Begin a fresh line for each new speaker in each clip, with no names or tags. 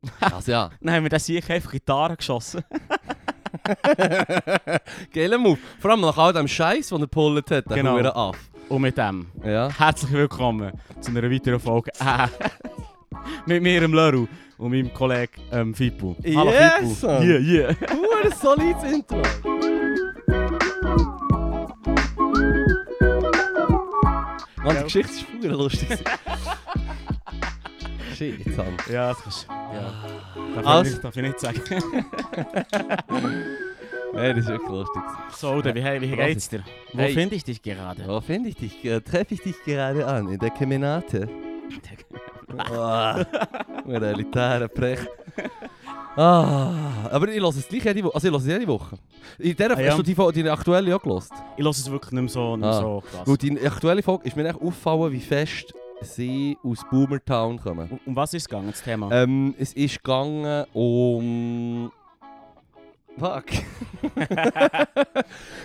Also ja.
Dann haben wir den Sieg einfach in die Haare geschossen.
Geiler Move. Vor allem nach all dem Scheiß, den er gepullt hat, der
Genau.
genau. Aff.
Und mit dem
Ja.
herzlich willkommen zu einer weiteren Folge. Äh, mit mir, dem Leru und meinem Kollegen ähm, Fippo. Hallo
Yes,
Fippo.
Mann.
Yeah, yeah.
Uh, ein solides Intro. Mann,
Ja.
die Geschichte ist voll lustig. Shit, Sam.
Ja, das kannst
Ja.
du. Darf,
Also-
ich nicht, darf ich nicht sagen.
ja, das ist wirklich lustig.
So, dann, wie, hey, wie
Was
geht's dir? Wo
Hey.
finde ich dich gerade?
Wo finde ich dich? Äh, Treffe ich dich gerade an? In der Kemenate? Oh, Mit einer elitären Precht. Ah, aber ich lasse es gleich jede Woche. Also ich lasse es jede Woche. In dieser
Ah, ja.
hast du die, Fol- deine aktuelle auch gehört?
Ich lasse es wirklich nicht mehr so, nicht mehr
Ah.
so krass.
Weil deine aktuelle Folge ist mir echt auffallen, wie fest sie aus Boomertown kommen.
Um- Um was ist es gegangen, das Thema?
Ähm, es ist gegangen um... Fuck.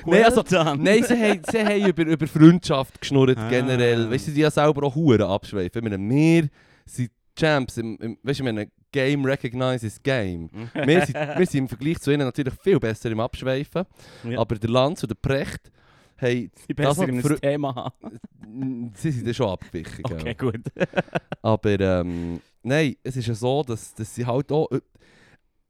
Nein, also,
dann.
Nein, sie haben, sie haben über, über Freundschaft geschnurrt,
Ah.
generell. Weißt du, die ja selber auch Huren abschweifen. Ich meine, wir sind Champs. Im, im, weißt du, ich meine, Game recognizes Game. Wir sind, wir sind im Vergleich zu ihnen natürlich viel besser im Abschweifen.
Ja.
Aber der Lanz und der Precht haben,
Ich
das
besser
hat
in
frü-
ein Thema haben.
sie sind dann schon abgewichen. gell?
Okay, gut.
Aber ähm, nein, es ist ja so, dass, dass sie halt auch.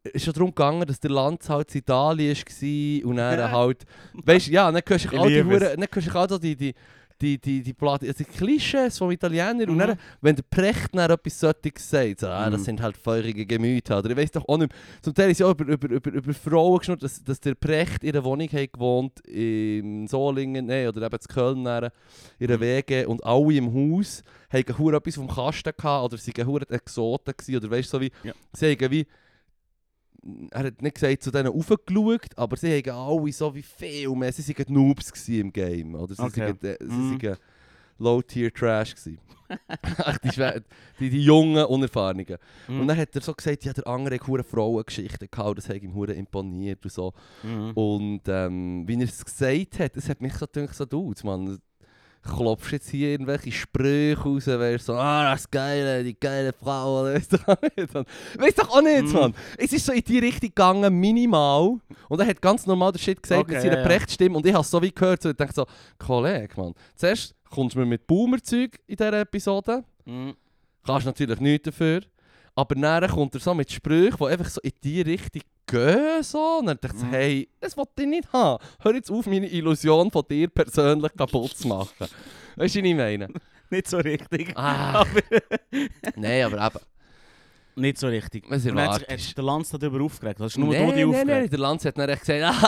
Es ist ja darum gegangen, dass der Lanz halt in Italien war und er halt. Weißt du, ja, dann hörst du
Ich
auch die
liebe es.
Huren- dann hörst du auch so die, die, die, die, die, Plat also die Klischees vom Italiener. Und
Mhm.
dann, wenn der Precht dann etwas solches sagt, so, ah, das
Mhm.
sind halt feurige Gemüter. Oder ich weiß doch auch nicht mehr. Zum Teil ist ja auch über, über, über, über Frauen geschnurrt, dass, dass der Precht in einer Wohnung hat gewohnt in Solingen, nein, oder eben in Köln, dann, in der WG und alle im Haus haben hure etwas vom Kasten gehabt oder sie waren Exoten gewesen, oder weißt du, so wie,
Ja.
sie haben wie, er hat nicht gesagt, zu denen raufgeschaut, aber sie haben alle so wie viel mehr, sie waren Noobs gewesen im Game, oder sie
Okay.
waren, äh, sie
Mhm.
waren Low-Tier-Trash gewesen. Ach, die, Schwe- die, die jungen, unerfahrenen.
Mhm.
Und dann hat er so gesagt, ja, der andere hat hure Frauengeschichten gehabt, das hat ihm hure imponiert und so.
Mhm.
Und ähm, wie er es gesagt hat, das hat mich so gedacht, so Dudes, man, klopfst jetzt hier irgendwelche Sprüche raus, wärst so, ah, das geile, die geile Frau, oder weißt du auch nicht, Mann. Weißt doch auch nicht,
Mm.
Mann. Es ist so in die Richtung gegangen, minimal. Und er hat ganz normal den Shit gesagt
Okay,
mit seiner
ja, ja.
Prechtstimme und ich habe es so wie gehört und ich dachte so, Kollege, Mann, zuerst kommst du mir mit Boomer-Zeug in dieser Episode.
Mhm.
Kannst natürlich nichts dafür. Aber dann kommt er so mit Sprüchen, die einfach so in die Richtung gehen. So. Und dann dachte ich,
Mhm.
hey, das wollte ich nicht haben. Hör jetzt auf, meine Illusion von dir persönlich kaputt zu machen. Weißt du, was ich meine?
Nicht so richtig.
Ah, nein, aber eben.
Nicht so richtig.
Was
Und dann hat sich-
erwartest
hat sich der Lanz darüber aufgeregt. Das ist nur
Nein,
du, die
nein, nein,
aufgeregt
der Lanz hat dann echt gesagt,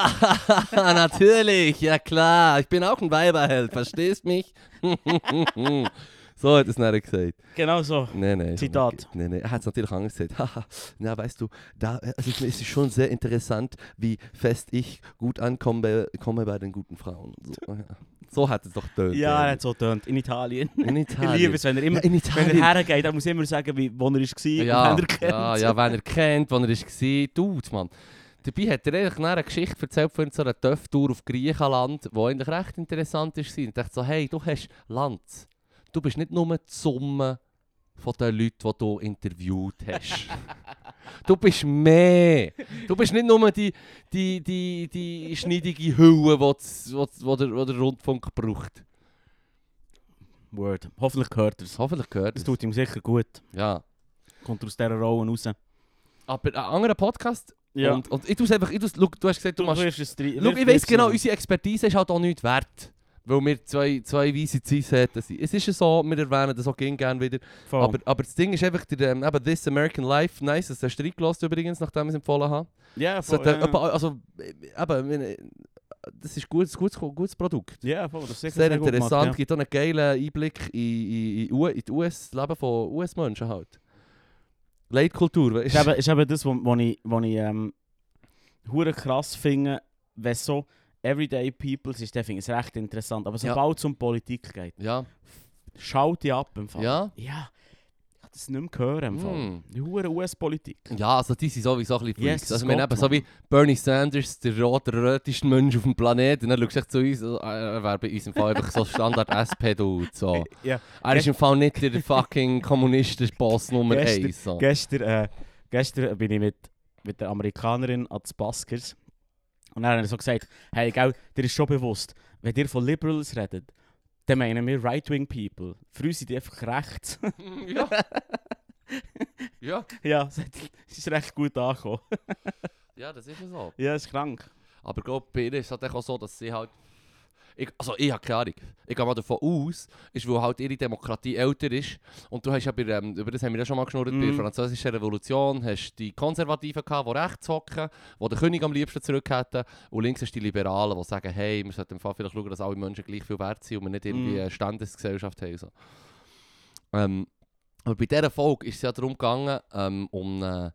ah, natürlich, ja klar, ich bin auch ein Weiberheld, verstehst mich? so hat es dann gesagt.
Genau so.
Nein, nein.
Zitat.
so- Nein, nein. Er hat es natürlich anders gesagt. Haha. Na, weißt du, da äh, also es ist- es ist schon sehr interessant, wie fest ich gut ankomme bei, komme bei den guten Frauen. So, ja. so hat es doch tönt.
Ja, er hat so tönt. In Italien.
in
Ich
Italien.
liebe es, wenn er immer
eh. Ja, in
wenn
Italien.
er hergeht, dann muss ich immer sagen, wie, wo er war
ja,
und wenn er kennt.
ja, ja, wenn er kennt, wann er war. Dude, Mann. Dabei hat er eigentlich nachher eine Geschichte erzählt von so einer Töff-Tour auf Griechenland, die eigentlich recht interessant war. Und ich dachte so, hey, du hast Land. Du bist nicht nur die Summe von den Leuten, die du interviewt hast. du bist mehr. Du bist nicht nur die, die, die, die schneidige Hülle, die das- die- die der, die der Rundfunk braucht.
Word. Hoffentlich gehört er es.
Hoffentlich gehört
Das
es.
tut ihm sicher gut.
Ja.
Kommt er aus dieser Rolle raus.
Aber ein anderer Podcast.
Und
Und, und ich tu's einfach, ich tu's, look, du hast gesagt, du
du
machst
wirst es drin.
Schau, ich weiss genau, unsere Expertise ist halt auch nichts wert. Weil wir zwei, zwei weise Zeisshäten sind. Es ist ja so, wir erwähnen das auch gerne gern wieder.
Oh.
Aber, aber das Ding ist einfach, der, ähm, eben This American Life, nice, das hast du reingelost übrigens, nachdem ich es empfohlen habe.
ja,
Es hat,
voll,
äh,
ja,
etwa- also, äh, eben, meine, das ist ein gutes, gutes, gutes Produkt.
ja, voll, das ist sicher
Sehr,
gut gemacht,
interessant,
ja.
gibt auch einen geilen Einblick in, in, in, U- in die US, das Leben von US-Menschen halt. Leitkultur, weißt
Ist eben, ist eben das, was ich, dus wo ich ähm, hure krass finde, wenn es so Everyday People ist, dann finde ich es recht interessant. Aber
Ja.
sobald es um Politik geht,
Ja,
schaut die ab im Fall.
ja.
Ja, ich habe das nicht mehr gehört im Fall.
Mm.
Die hure US-Politik.
Ja, also die sind sowieso ein bisschen
Jesus
freaks. Also, wir
Gott,
eben so
Mann.
wie Bernie Sanders, der rot der röteste Mensch auf dem Planeten. Und dann schaust du dich zu uns, äh, er wäre bei uns im Fall einfach so Standard SP-Dude. So.
Ja,
Er ist im Fall nicht der fucking Kommunisten-Boss Nummer
Gestern-
1. So.
gestern äh, Gestern bin ich mit, mit der Amerikanerin an die Baskers. Und dann hat er so gesagt, hey, gell, dir ist schon bewusst, wenn ihr von Liberals redet, dann meinen wir Right-Wing-People. Für uns sind die einfach rechts.
ja. ja.
ja, es hat- es ist recht gut angekommen.
Ja, das ist ja so.
Ja, es ist krank.
Aber glaub, bei ihr ist es halt auch so, dass sie halt. Ich, also ich habe keine Ahnung. Ich gehe mal davon aus, ist, weil halt ihre Demokratie älter ist. Und du hast ja bei, ähm, über das haben wir ja schon mal geschnurrt, bei der
Mhm.
französischen Revolution hast du die Konservativen gehabt, die rechts hocken, die den König am liebsten zurück hätten. Und links hast du die Liberalen, die sagen, hey, wir sollten im Fall vielleicht schauen, dass alle Menschen gleich viel wert sind und wir nicht irgendwie
Mhm.
eine Standesgesellschaft haben. und So. Ähm, aber bei dieser Folge ist es ja darum gegangen, ähm, um eine,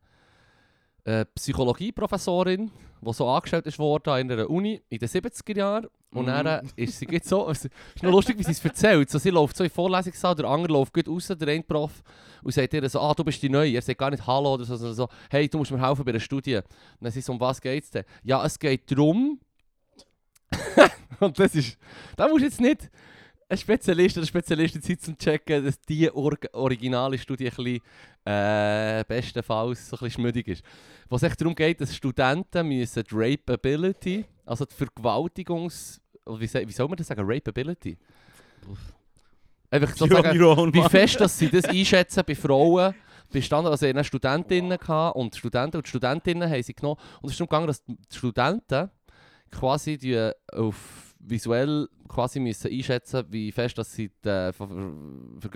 eine äh, Psychologieprofessorin, die so angestellt ist worden an einer Uni in den 70er Jahren. Und
Mhm.
dann äh, ist sie geht so, es ist noch lustig, wie sie es erzählt. So, sie läuft so in den Vorlesungssaal, der andere läuft gut raus, der eine Prof, und sagt ihr so, ah, du bist die Neue. Er sagt gar nicht Hallo oder so, sondern so, hey, du musst mir helfen bei der Studie. Und dann sagt sie, um was geht's denn? Ja, es geht darum... und das ist... Da musst du jetzt nicht ein Spezialist oder Spezialistin sein, zum checken, dass die Or originale Studie ein bisschen, äh, bestenfalls so ein bisschen schmüdig ist. Was echt darum geht, dass Studenten müssen die Rapeability, also die Vergewaltigungs... oder Wie, sa- wie soll man das sagen? Rapeability? Einfach sozusagen... Wie fest, dass sie das einschätzen bei Frauen, bei Standard, also ich hatte Studentinnen wow. und Studenten und Studentinnen haben sie genommen. Und es ist darum gegangen, dass die Studenten quasi die äh, auf visuell quasi müssen einschätzen wie fest dass sie die äh, Ver Ver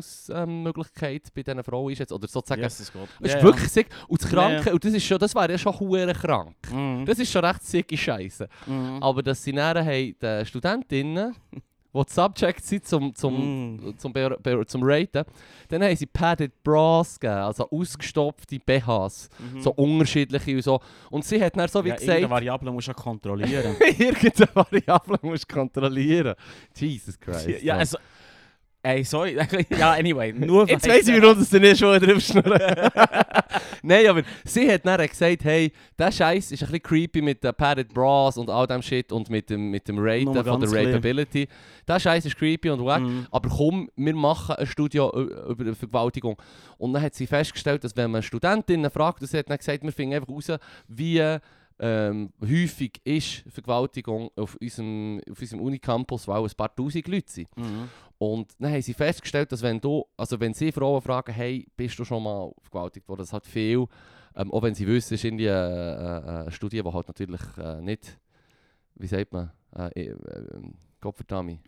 Vergewaltigungsmöglichkeit bei diesen Frauen einschätzen. Oder sozusagen,
Jesus Gott.
das ist
Ja,
wirklich sick. Und das
Ja, ja.
Kranke, und das, ist schon, das wäre ja schon hure krank.
ja. Mhm.
Das ist schon recht sicke Scheiße.
Mhm.
Aber dass sie dann haben, die Studentinnen, die die Subject sind zum, zum,
Mhm.
zum, Be Be zum Raten, dann haben sie Padded Bras gegeben, also ausgestopfte BHs. So unterschiedliche und so. Und sie hat dann so wie
Mhm. ja, irgendeine
gesagt,
Variable musst du ja kontrollieren.
irgendeine Variable musst du kontrollieren. Jesus Christ.
ja,
Mann.
also... Ey, sorry. ja, anyway. Nur
Jetzt weiss ich, warum du nicht schon drauf schnurren. Nein, aber sie hat dann gesagt, hey, der Scheiß ist ein bisschen creepy mit den Padded Bras und all dem Shit und mit dem, mit dem Raten
Nur
von der
ganz klein.
Rapeability. Der Scheiß ist creepy und wack.
Mhm.
Aber komm, wir machen ein Studio ü- über Vergewaltigung. Und dann hat sie festgestellt, dass wenn man Studentinnen fragt, und sie hat dann gesagt, wir finden einfach raus, wie ähm, häufig ist Vergewaltigung auf unserem, auf unserem Unicampus, weil ein paar tausend Leute sind.
Mhm.
Und dann haben sie festgestellt, dass wenn du, also wenn sie Frauen fragen, hey, bist du schon mal vergewaltigt worden, das hat viel, ähm, auch wenn sie wissen, es ist irgendwie äh, äh, eine Studie, die halt natürlich äh, nicht, wie sagt man, äh, äh, äh, Gottverdammt,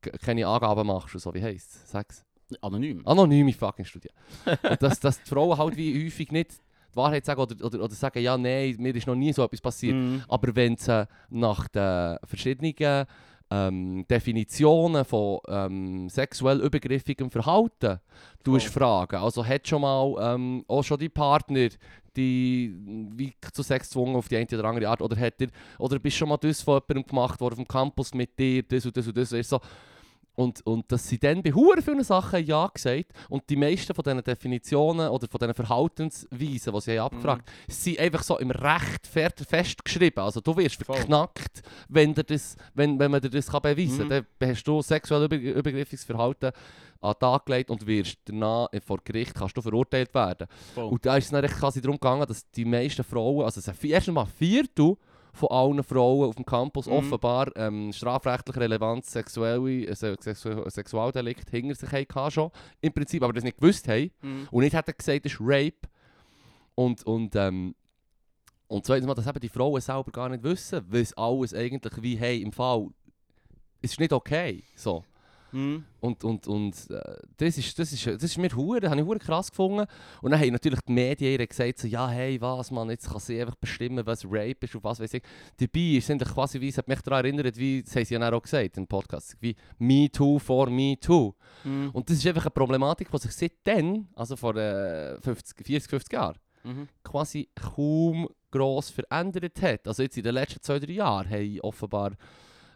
k- keine Angaben machst und so, wie heisst es? Sex?
Anonym.
Anonyme fucking Studie. Und dass, dass die Frauen halt wie häufig nicht die Wahrheit sagen oder, oder, oder sagen, ja, nein, mir ist noch nie so etwas passiert.
Mhm.
Aber wenn es äh, nach den verschiedenen ähm, Definitionen von ähm, sexuell übergriffigem Verhalten du
Voll.
fragen, also hat schon mal ähm, auch schon die Partner die mm, wie zu Sex gezwungen auf die eine oder andere Art oder hat er, oder bist schon mal das von jemandem gemacht worden auf dem Campus mit dir das und das und das ist so und, und dass sie dann bei huren vielen Sachen Ja gesagt und die meisten von diesen Definitionen oder von diesen Verhaltensweisen, die sie haben abgefragt haben, sind einfach so im Recht fer- festgeschrieben. Also du wirst
Voll.
verknackt, wenn, dir das, wenn, wenn man dir das kann beweisen
Mhm.
kann. Dann hast du sexuell über, übergriffiges Verhalten an den Tag gelegt und wirst danach äh, vor Gericht kannst du verurteilt werden.
Voll.
Und da ist es dann echt quasi darum gegangen, dass die meisten Frauen, also es sind erst einmal Viertel von allen Frauen auf dem Campus
Mhm.
offenbar ähm, strafrechtlich relevant sexuelle, äh, se- sexu Sexualdelikt hinter sich hatten schon, im Prinzip, aber das nicht gewusst haben
Mhm.
und nicht hätten gesagt, das ist Rape. Und, und, ähm, und zweitens mal, dass eben die Frauen selber gar nicht wissen, was alles eigentlich wie, hey, im Fall, es ist nicht okay, so.
Mhm.
Und, und, und äh, das, ist, das, ist, das ist mir hure, habe ich hure krass gefunden. Und dann haben natürlich die Medien ihr gesagt, so, ja, hey, was, man, jetzt kann sie einfach bestimmen, was Rape ist und was weiß ich. Dabei ist es eigentlich quasi wie, es hat mich daran erinnert, wie, das haben sie ja dann auch gesagt im Podcast, wie «Me Too for Me Too».
Mhm.
Und das ist einfach eine Problematik, die sich seitdem, also vor äh, 50, 40, 50 Jahren,
Mhm.
quasi kaum gross verändert hat. Also jetzt in den letzten zwei, drei Jahren haben offenbar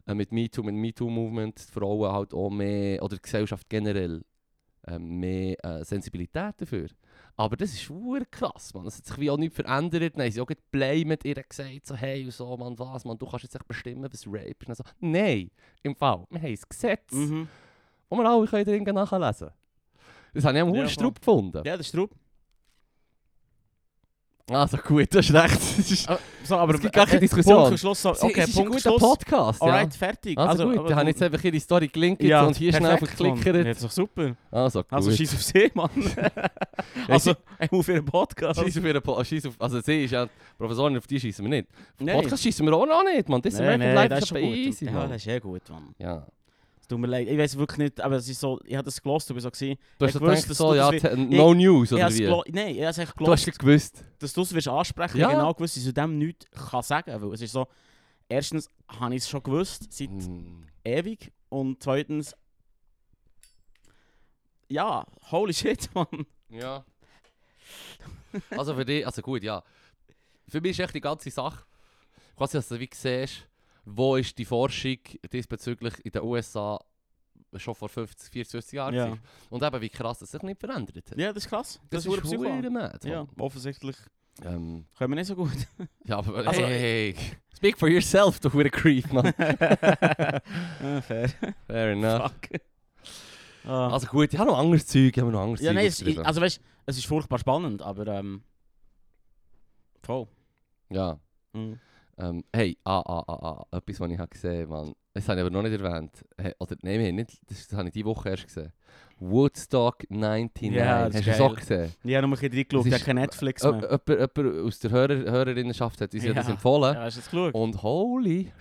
äh, mit MeToo, mit dem MeToo-Movement die Frauen halt auch mehr, oder die Gesellschaft generell, ähm, mehr äh, Sensibilität dafür. Aber das ist schwer krass, man. Es hat sich wie auch nichts verändert. Nein, sie haben auch gleich blame mit ihr gesagt, so hey und so, man, was, man, du kannst jetzt echt bestimmen, was Rape ist. Und so, Nein, im Fall, wir haben ein Gesetz,
Mhm.
wo wir alle Dus können dringend nachlesen. Das habe ich am ja,
Ja, voll.
Strub gefunden.
Ja, das ist drauf.
Also gut, du hast recht. Es ist,
So, aber
Es gibt gar keine Diskussion.
Punkt und Schluss. So,
es ist-
okay,
es ist ein
Punkt
guter
Schluss.
Podcast. Ja. Ah,
Alright, fertig.
Also,
aber-
gut, dann habe ich jetzt einfach ihre Story gelinkt
Ja,
und hier nou schnell
perfekt, Mann.
verklickert.
Ja, das ist doch super.
Also gut.
Also scheiß auf sie, Mann. also, ey, auf ihren Podcast.
Scheiss auf ihren Po- scheiss auf- Also sie ist ja Professorin, auf die schießen wir nicht. Auf
Nein.
Podcast schießen wir auch noch nicht, Mann. Das sind wir
Nein,
einfach live
nein, das ist schon
bei
gut.
easy,
ja,
Mann.
das ist eh gut, Mann.
Ja.
Es tut mir leid. Ich weiß wirklich nicht, aber es ist so, ich habe das gelost, du bist so gewesen.
Du hast
Ich
ja
wüsste,
gedacht,
dass
so,
du
ja,
das
te- no news
Ich
oder
hab's
wie?
gelo- Nein, ich habe
Du hast
gelost,
es gewusst.
dass du es wirst ansprechen. Ich
Ja.
habe genau gewusst, dass ich zu dem nichts kann sagen, weil es ist so, erstens habe ich es schon gewusst, seit
Hm.
ewig und zweitens, ja, holy shit, Mann.
Ja. Also für dich, also gut, ja. Für mich ist echt die ganze Sache, quasi, dass du wie siehst, wo ist die Forschung diesbezüglich in den USA schon vor 50, 40, 50 Jahren
Ja.
war. Und eben, wie krass es sich nicht verändert hat.
Ja, das ist krass. Das, ist ist
verdammt
Psycho.
mad,
Ja,
Mann.
offensichtlich
Ähm,
können wir nicht so gut.
Ja, aber
Also-
hey, hey, hey. speak for yourself, du hure Creep, man.
Ah, Fair.
Fair enough.
Fuck. Ah.
Also gut, ich habe noch anderes Zeug, ich habe noch anderes
ja,
Zeug.
nein, es,
aufgeschrieben.
also weißt es ist furchtbar spannend, aber ähm, voll.
ja.
Mhm.
Ähm, hey, ah, ah, ah, ah, etwas, was ich habe gesehen habe, das habe ich aber noch nicht erwähnt. Hey, oder nein, wir haben nicht, das habe ich diese Woche erst gesehen. Woodstock 99,
Ja, das
hast
ist
du das auch
geil.
gesehen?
Ich habe nur ein bisschen
Es ist-
reingeschaut, ich
Äh,
habe kein Netflix
Ö-
mehr.
Jemand jemand aus der Hörer, Hörerinnenschaft hat uns ja.
Ja.
das empfohlen.
ja, hast du es geschaut?
Und holy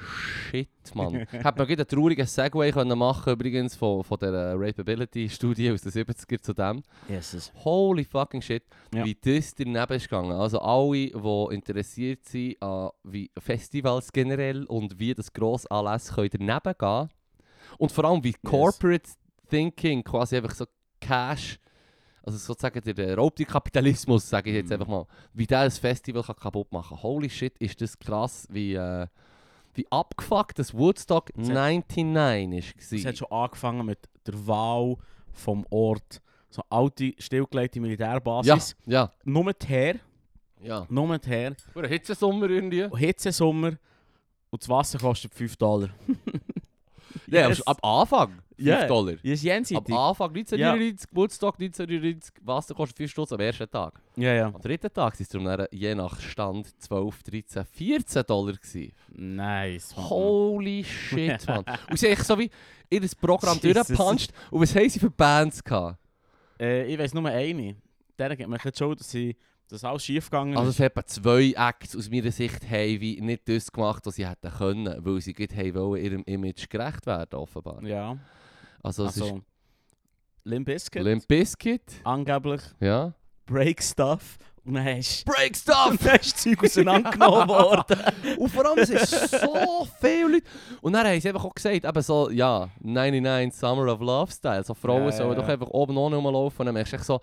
shit, Mann. Hat man gerade einen traurigen Segway können machen übrigens von, von der Rapeability-Studie aus den 70er zu dem.
Jesus.
Holy fucking shit,
Ja.
wie das daneben ist gegangen. Also alle, die interessiert sind an wie Festivals generell und wie das grosse Anlässe können daneben gehen und vor allem wie Corporate Thinking quasi einfach so Cash, also sozusagen der äh, raubte Kapitalismus, sage ich jetzt
Mhm.
einfach mal, wie der ein Festival kann kaputt machen kann. Holy shit, ist das krass, wie, äh, wie abgefuckt das Woodstock
Es hat-
99
Es
war.
hat schon angefangen mit der Wahl vom Ort. So alte, stillgelegte
Ja,
Militärbasis.
ja,
Nur die Her,
ja.
nur die Her.
Für einen Hitzesommer irgendwie.
Hitzesommer und das Wasser kostet 5 Dollar.
Ja, aber
Yes.
schon ab Anfang 5
Ja.
Dollar. ah.
Das ist
Ab
jenseitig.
Anfang 1999, Geburtstag 1999, Wasser kostet 5 Stutz am ersten Tag.
Ja, ja.
Am dritten Tag sind es darum dann je nach Stand 12, 13, 14 Dollar gewesen.
Nice. Mann.
Holy shit, Mann. Und sie haben echt so wie ihr Programm
Jesus.
durchgepuncht und was haben sie für Bands gehabt?
Äh, ich weiß nur eine. Der gibt mir ein bisschen die Schuld, dass, sie, dass alles schief gegangen ist.
Also es haben etwa zwei Acts aus meiner Sicht haben wie nicht das gemacht, was sie hätten können, weil sie gerade haben wollen, ihrem Image gerecht werden, offenbar.
ja.
Also es
Also, dus Limp Bizkit,
ist Limp Bizkit,
angeblich
ja.
Break Stuff und dann hast
Break Stuff!
dann ist das Zeug auseinandergenommen worden.
Und vor allem, es sind so viele Leute. Und dann haben sie einfach auch gesagt, eben so, ja, 99 Summer of Love Style. So Frauen
Ja, ja,
sollen doch
ja.
einfach oben ohne rumlaufen. Und dann merkst du echt so,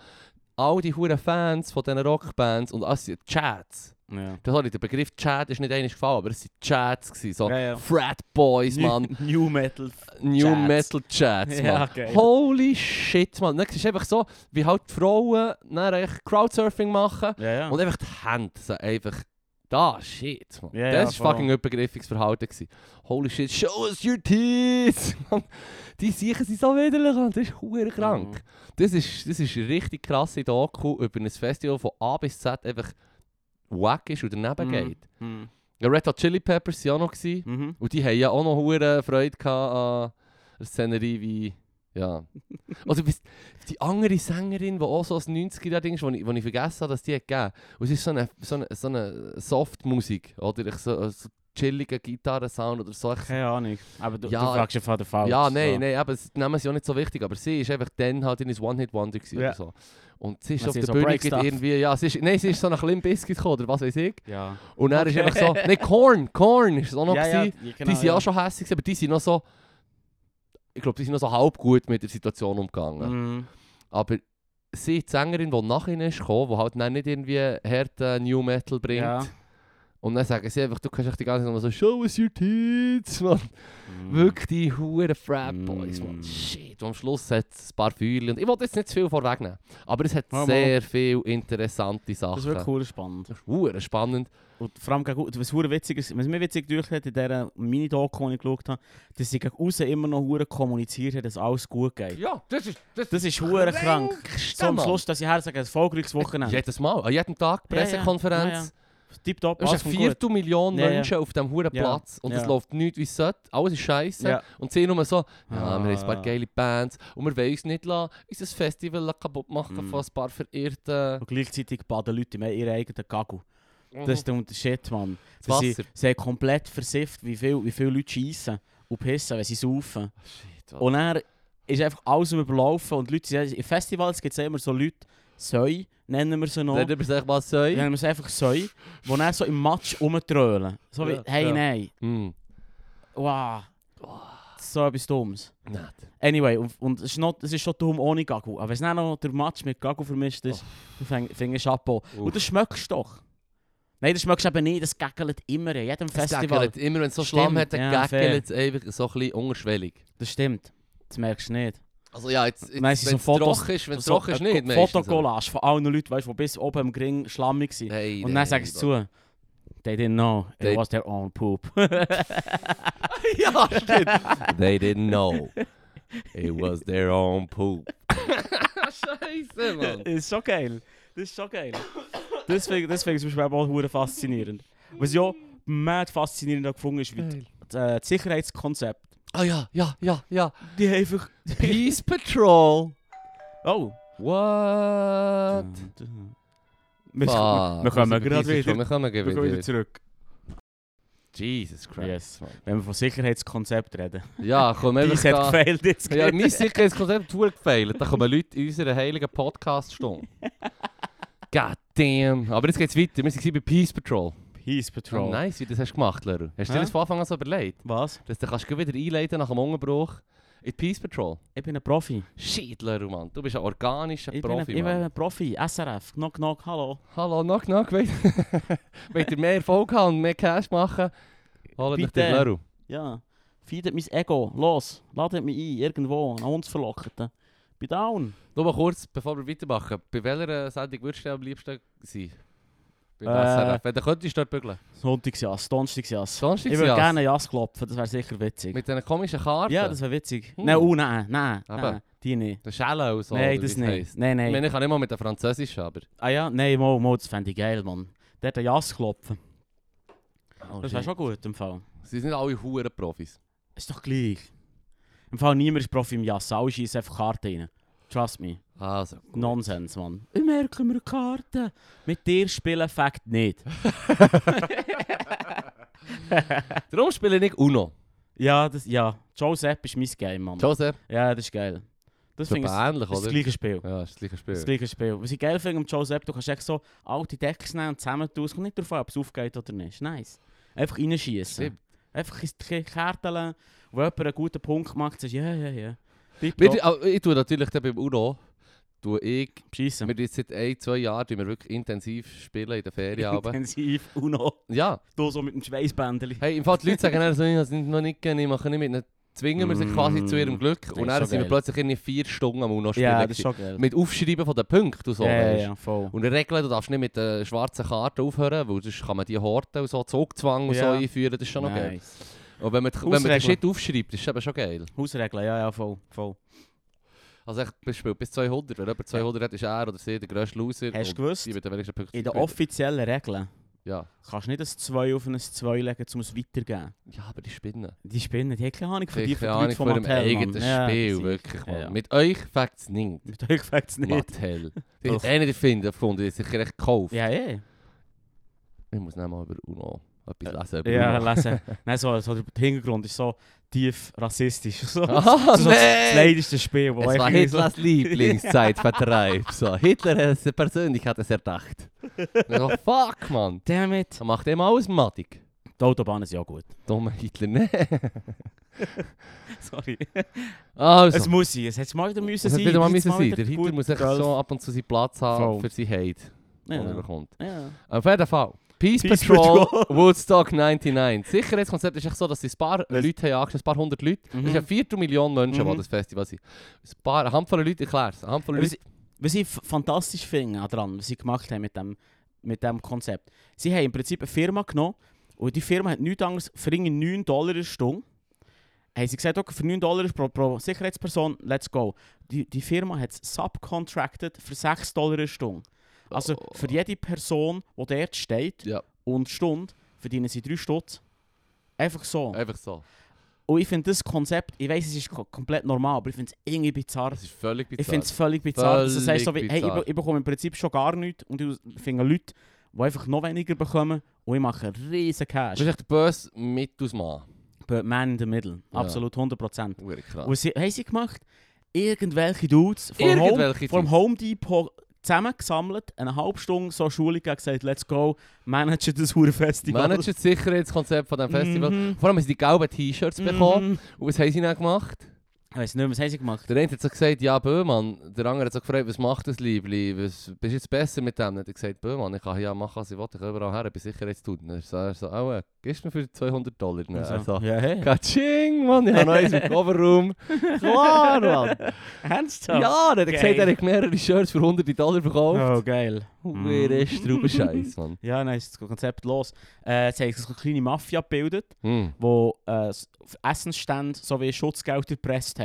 all die huren Fans von diesen Rockbands und also die Chats.
Ja.
Das hat der Begriff Chat ist nicht einiges gefallen, aber es sind Chats gewesen. So
Ja, ja.
Frat Boys, Mann.
New, New Metal.
New
Chats.
Metal Chats, Mann.
Ja, geil.
Holy shit, Mann. Dann ist einfach so, wie halt die Frauen dann echt Crowdsurfing machen.
Ja, ja.
Und einfach die Hände, so einfach, da, shit, man.
Ja, ja,
das war
voll.
fucking übergriffiges Verhalten. Gewesen. Holy shit, show us your teeth! Mann, die sicher sind so widerlich, man. das ist hure krank.
Mhm.
Das ist, das ist eine richtig krasse Doku über ein Festival von A bis Z einfach wack ist und daneben geht.
Mhm.
Ja, Red Hot Chili Peppers waren auch noch. Gewesen.
Mhm.
Und die haben ja auch noch hure Freude gehabt an einer Szenerie wie, ja. Oder bis- die andere Sängerin, die auch so aus 90er-Ding ist, die ich, wo ich vergessen habe, dass die hat gegeben. Und es ist so eine, so eine, so eine Soft-Musik, oder? Ich so, äh, so chilliger Gitarrensound oder so. Ich,
Keine Ahnung. Aber du,
Ja,
du fragst ja von der Fall.
ja, nein, nein, eben, das nehmen sie auch nicht so wichtig, aber sie ist einfach dann halt in ein One-Hit-Wonder gewesen
Ja.
oder so. Und sie ist
Man
auf
sieht
der
so
Bühne
Break
geht
Stuff.
irgendwie, ja, sie ist, nein, sie ist so nach Limp Bizkit gekommen, oder was weiß ich.
Ja.
Und dann ist einfach so, nein, Korn, Korn ist es auch noch
ja,
gewesen.
ja, ja, genau,
die sind
ja.
auch schon hässlich, aber die sind noch so. Ich glaube, die sind noch so halb gut mit der Situation umgegangen.
Mhm.
Aber sie, die Sängerin, die nach ihnen ist gekommen, die halt dann nicht irgendwie harten New Metal bringt
Ja.
Und dann sagen sie einfach, du kannst echt die ganze Zeit nur so, show us your tits, man.
Mhm.
Wirklich die huren Frat Boys, man.
Mm.
Shit. Und am Schluss hat es ein paar Feuerchen. Und ich wollte jetzt nicht zu viel vorwegnehmen, aber es hat
Mal, mal.
sehr viele interessante Sachen.
Das ist wirklich cool spannend.
Das ist hure spannend.
Und vor allem, gegen, was, hure witzig ist, was mir witzig durch hat, in dieser Mini-Doku, die ich geschaut habe, dass sie gegen außen immer noch hure kommuniziert haben, dass alles gut geht.
Ja, das ist...
Das ist hure krank. So am Schluss, dass ich her sage, ein erfolgreiches Wochenende.
Jedes Mal, an jedem Tag,
Ja, ja.
Pressekonferenz.
Ja, ja. Tipptopp,
Es
alles
ist eine
kommt gut.
Viertelmillion
Ja, ja.
Menschen auf diesem huren
Ja.
Platz und es
Ja.
läuft nichts wie es sollte. Alles ist scheiße.
Ja.
Und sie nur so, ja, wir
Ah.
haben ein paar geile Bands und wir wollen uns nicht lassen, unser Festival kaputt machen
Mm.
von ein paar verirrten
Und gleichzeitig baden Leute mehr ihren eigenen Gagel.
Oh.
Das ist der Unterschied, Mann.
Das
Dass Sie,
Wasser.
sie haben komplett versifft, wie viele wie viel Leute schießen und pissen, wenn sie saufen.
Shit, Mann.
Und er ist einfach alles am überlaufen. Und Leute, sind- in Festivals gibt es immer so Leute, Säu nennen wir sie noch.
Dann übersetze ich mal so.
Ja, Dann haben wir es einfach so, wo er so im Matsch rumtrölen. So wie,
Ja,
hey,
ja.
nein,
Hm.
wow. So etwas Dummes.
Nicht.
Anyway, und, und es, ist noch, es ist schon dumm ohne Ah, Gagu. Aber wenn es dann noch der Matsch mit Gagu vermischt ist, dann finde ich ab. Und das schmeckst du doch. Nein, das schmeckst du eben nicht, das gackelt immer in jedem
Es
Festival.
gackelt Immer wenn es so
Stimmt,
Schlamm hat, dann
ja,
gackelt es einfach so ein bisschen unterschwellig.
Das stimmt. Das merkst du nicht.
Also ja, jetzt, jetzt, wenn
Nein, es
es
sind so Fotos-
trocken ist, wenn es
So
trocken ist,
ein
nicht
Ko-
meistens, aber-
Fotocollage von allen Leuten, weißt, die bis oben im Gring schlammig sind.
Nein,
und
nein,
dann sagen sie
Mann.
zu, they didn't know, it
They-
was their own poop.
ja, stimmt. They didn't know. It was their own poop. Scheiße, Mann.
Das ist schon geil. Das ist schon geil. deswegen, deswegen ist es mir auch hure faszinierend. Was ich auch mad faszinierend auch gefunden ist, wie die- äh, das Sicherheitskonzept.
Ah ja, ja, ja, ja.
Die haben einfach...
Peace Patrol.
Oh!
What? Fuck,
Wir, wir kommen
sind bei
gerade
Peace Patrol.
wieder.
Wir kommen
Wir
gerade
kommen wieder
wieder.
zurück.
Jesus Christ.
Yes.
Mann.
Wenn wir von Sicherheitskonzept reden.
Ja, komm einfach
Dies hat
da.
gefehlt jetzt.
Ja, mein Sicherheitskonzept hat verdammt gefehlt. Da kommen Leute in unseren heiligen Podcast-Stunde. God damn. Aber jetzt geht's weiter. Wir sind bei Peace Patrol.
Peace Patrol.
Oh, nice, wie das hast du gemacht, Leru. Hast du dir
Hä?
das von Anfang an so überlegt?
Was?
Dass du kannst du wieder einleiten nach dem Unterbruch in die Peace Patrol.
Ich bin ein Profi.
Shit, Leru, Mann. Du bist ein organischer
Ich,
Profi,
bin, ein, ich bin
Mann.
ein Profi. SRF. Knock, knock. Hallo.
Hallo, knock, knock. Wollt wollt ihr mehr Erfolg haben und mehr Cash machen? Holt euch
Bitte.
den Leru.
Ja, feedet mein Ego. Los, ladet mich ein, irgendwo, an uns verlockten. Bin down.
Nur mal kurz, bevor wir weitermachen. Bei welcher Sendung würdest du am liebsten sein? Bei
Äh.
SRF. Wenn du könntest, dort bügeln.
Sonntagsjass, Donnerstagjass.
Sonst
Ich
ist
würde gerne einen Jass klopfen, das wäre sicher witzig.
Mit diesen komischen Karten.
Ja, das wäre witzig.
Hm.
Nein, oh nein, nein,
Aber.
nein, die nicht.
Der Shallow so.
nein,
oder
das
wie es
nicht.
heisst.
Nein,
Ich
nein.
meine, ich kann nicht mal mit der Französisch, aber...
Ah ja, nein, mal, mal, das fände ich geil, Mann. Dort einen Jass klopfen,
Oh,
das
shit.
wäre schon gut im Fall.
Sie sind nicht alle hure Profis.
Ist doch gleich. Im Fall niemand ist Profi im Jass, alle schießen einfach Karten rein. Trust me.
Also,
Nonsens, Mann. Ich merke mir Karten. Mit dir spielen fängt nicht.
darum spiele ich nicht Uno.
Ja, das, ja. Joseph ist mein Game, Mann.
Joseph,
ja, das ist geil.
das
Das
ist
finde ich das,
ähnlich,
das
oder?
gleiche Spiel.
Ja, das ist das gleiche Spiel.
Das gleiche Spiel. Was ich geil finde am Joseph, du kannst echt so alte Decks nehmen und zusammen tun. Es kommt nicht darauf an, ob es aufgeht oder nicht. Ist Nice. Einfach reinschießen.
Stimmt.
Einfach ein bisschen Kärteln. Und wenn jemand einen guten Punkt macht, sagst du, ja, ja, ja.
Bitte,
Tipptopp.
ah, ich tue natürlich dann beim Uno, tue ich,
Schiessen.
wir tun jetzt seit ein, zwei Jahren, tun wir wirklich intensiv spielen in der Ferien. aber-
Intensiv. Uno.
ja,
Du so mit dem Schweißbändchen.
hey, im Fall die Leute sagen dann so, ich habe noch nicht gerne, ich mache nicht mit, dann zwingen wir sich quasi
Mm.
zu ihrem Glück. Und
ist
dann
so
sind wir
geil.
plötzlich in vier Stunden am Uno spielen.
Ja, das ist
gewesen.
schon geil.
mit Aufschreiben von den Punkten und so.
ja, ja,
weisst.
ja, voll.
Und in der Regel, du darfst nicht mit der schwarzen Karte aufhören, weil sonst kann man die Horten und so, Zugzwang und so
Ja.
einführen, das ist schon noch geil.
nice.
Und wenn man, wenn man den
Hausregeln.
Shit aufschreibt, ist es eben schon geil.
Hausregeln, ja, ja, voll. voll.
Also echt, bis, bis 200. Wenn jemand 200 hat, ist er oder sie der grösste Loser.
Hast du
und
gewusst?
Die mit den wenigsten Punkten.
In den
gewinnt.
offiziellen Regeln
Ja.
kannst du nicht ein 2 auf ein 2 legen, um es weiterzugeben.
Ja, aber die Spinnen.
Die Spinnen, die haben keine Ahnung von
Ich
dir, von
keine
den
Ahnung
Leuten
von
von
ihrem
Mattel,
eigenen
Mann. Ja,
Spiel,
sie-
wirklich.
Ja,
Mann.
ja.
Mit euch fängt es nicht.
Mit euch fängt es nicht.
Mattel. Die
Doch.
hat eh nicht erfinden gefunden, die hat sich recht gekauft.
Ja, eh.
Ich muss nicht mal über Uno etwas lesen. Über
Ja,
Uno.
lesen. Nein, so, so der Hintergrund ist so tief rassistisch. So,
Ah,
so das- Das
nein!
leideste Spiel, wo
Es
ich
war
irgendwie so-
Hitlers Lieblingszeitvertreib. So, Hitler hat es persönlich hat es erdacht. Und ich so, fuck, Mann.
Damn it.
Er macht immer alles mattig.
Die Autobahn ist ja gut.
Dummer Hitler, ne?
Sorry.
Also.
Es muss sein. Es hätte mal wieder müssen
Das hat
sein.
wieder mal
Jetzt
müssen sein. Der
wieder
Hitler
gut
muss echt
Golf.
so ab und zu seinen Platz haben
Voll.
für seinen Hate, den er
Ja.
bekommt.
Ja.
Auf jeden Fall. Peace,
Peace
Patrol,
Patrol.
Woodstock 99. Sicherheitskonzept ist echt so, dass sie ein paar
Weiss-
Leute haben angeschaut, ein paar hundert Leute.
Mhm.
Es ist eine Viertelmillion Menschen, die
Mhm. Also,
das Festival sind. Ein paar, eine Handvoll Leute, ich klär's. Eine Handvoll
Was
Leute.
ich, was ich f- fantastisch finde daran, was sie gemacht haben mit dem, mit dem Konzept. Sie haben im Prinzip eine Firma genommen und die Firma hat nichts anderes, für irgendwie 9 Dollar eine Stunde, haben sie gesagt, okay, für 9 Dollar pro, pro Sicherheitsperson, let's go. Die, die Firma hat es subcontracted für 6 Dollar eine Stunde. Also
Oh.
für jede Person, die dort steht
Ja.
und Stunde, verdienen sie 3 Stutz. Einfach so.
Oh, Einfach so.
Und ich finde das Konzept, ich weiß, es ist ko- komplett normal, aber ich finde es irgendwie bizarr.
Das ist völlig bizarr.
Ich finde es völlig bizarr. dass Das heißt so wie,
Völlig
hey, ich,
bizarr.
be- ich bekomme im Prinzip schon gar nichts und ich finde Leute, die einfach noch weniger bekommen und ich mache einen riesen
Du
Cash.
bist echt der böse Mittelsmann.
But man in the middle.
Ja.
Absolut, 100%.
Hure krass.
Und sie, haben sie gemacht? Irgendwelche Dudes vom, Home,
Irgendwelche
vom
Dudes.
Home Depot zusammengesammelt, eine halbe Stunde so Schulung gegeben, gesagt, let's go, managen das Hure-Festival.
Manager das Sicherheitskonzept von diesem Festival.
Mhm.
Vor allem haben sie die gelben T-Shirts bekommen.
Mhm.
Und was haben sie dann gemacht?
Ich weiß nicht mehr, was haben sie gemacht?
Der eine hat so gesagt, ja Böhmann. Der andere hat so gefragt, was macht das Liebli? Was, bist du jetzt besser mit dem? Dann hat er gesagt, Böhmann, ich kann ja machen, was ich will, ich kann überall her, bei Sicherheitstun. Dann ist so, er so, oh, gibst du mir für 200 Dollar? Dann
Also,
er so,
ja, hey.
Katsching, Mann, ich habe noch eins im Coverroom. Klar, Mann.
Ernsthaft?
Ja, der hat er gesagt,
Geil.
er hat mehrere Shirts für 100 Dollar verkauft.
Oh, geil.
Oh.
Mm.
Hure Straubenscheiss, Mann.
Ja, dann ist das Konzept los. Äh, jetzt haben sich so eine kleine Mafia gebildet,
Hm.
die äh, s- auf Essensstände sowie Schutzgelder gepresst haben.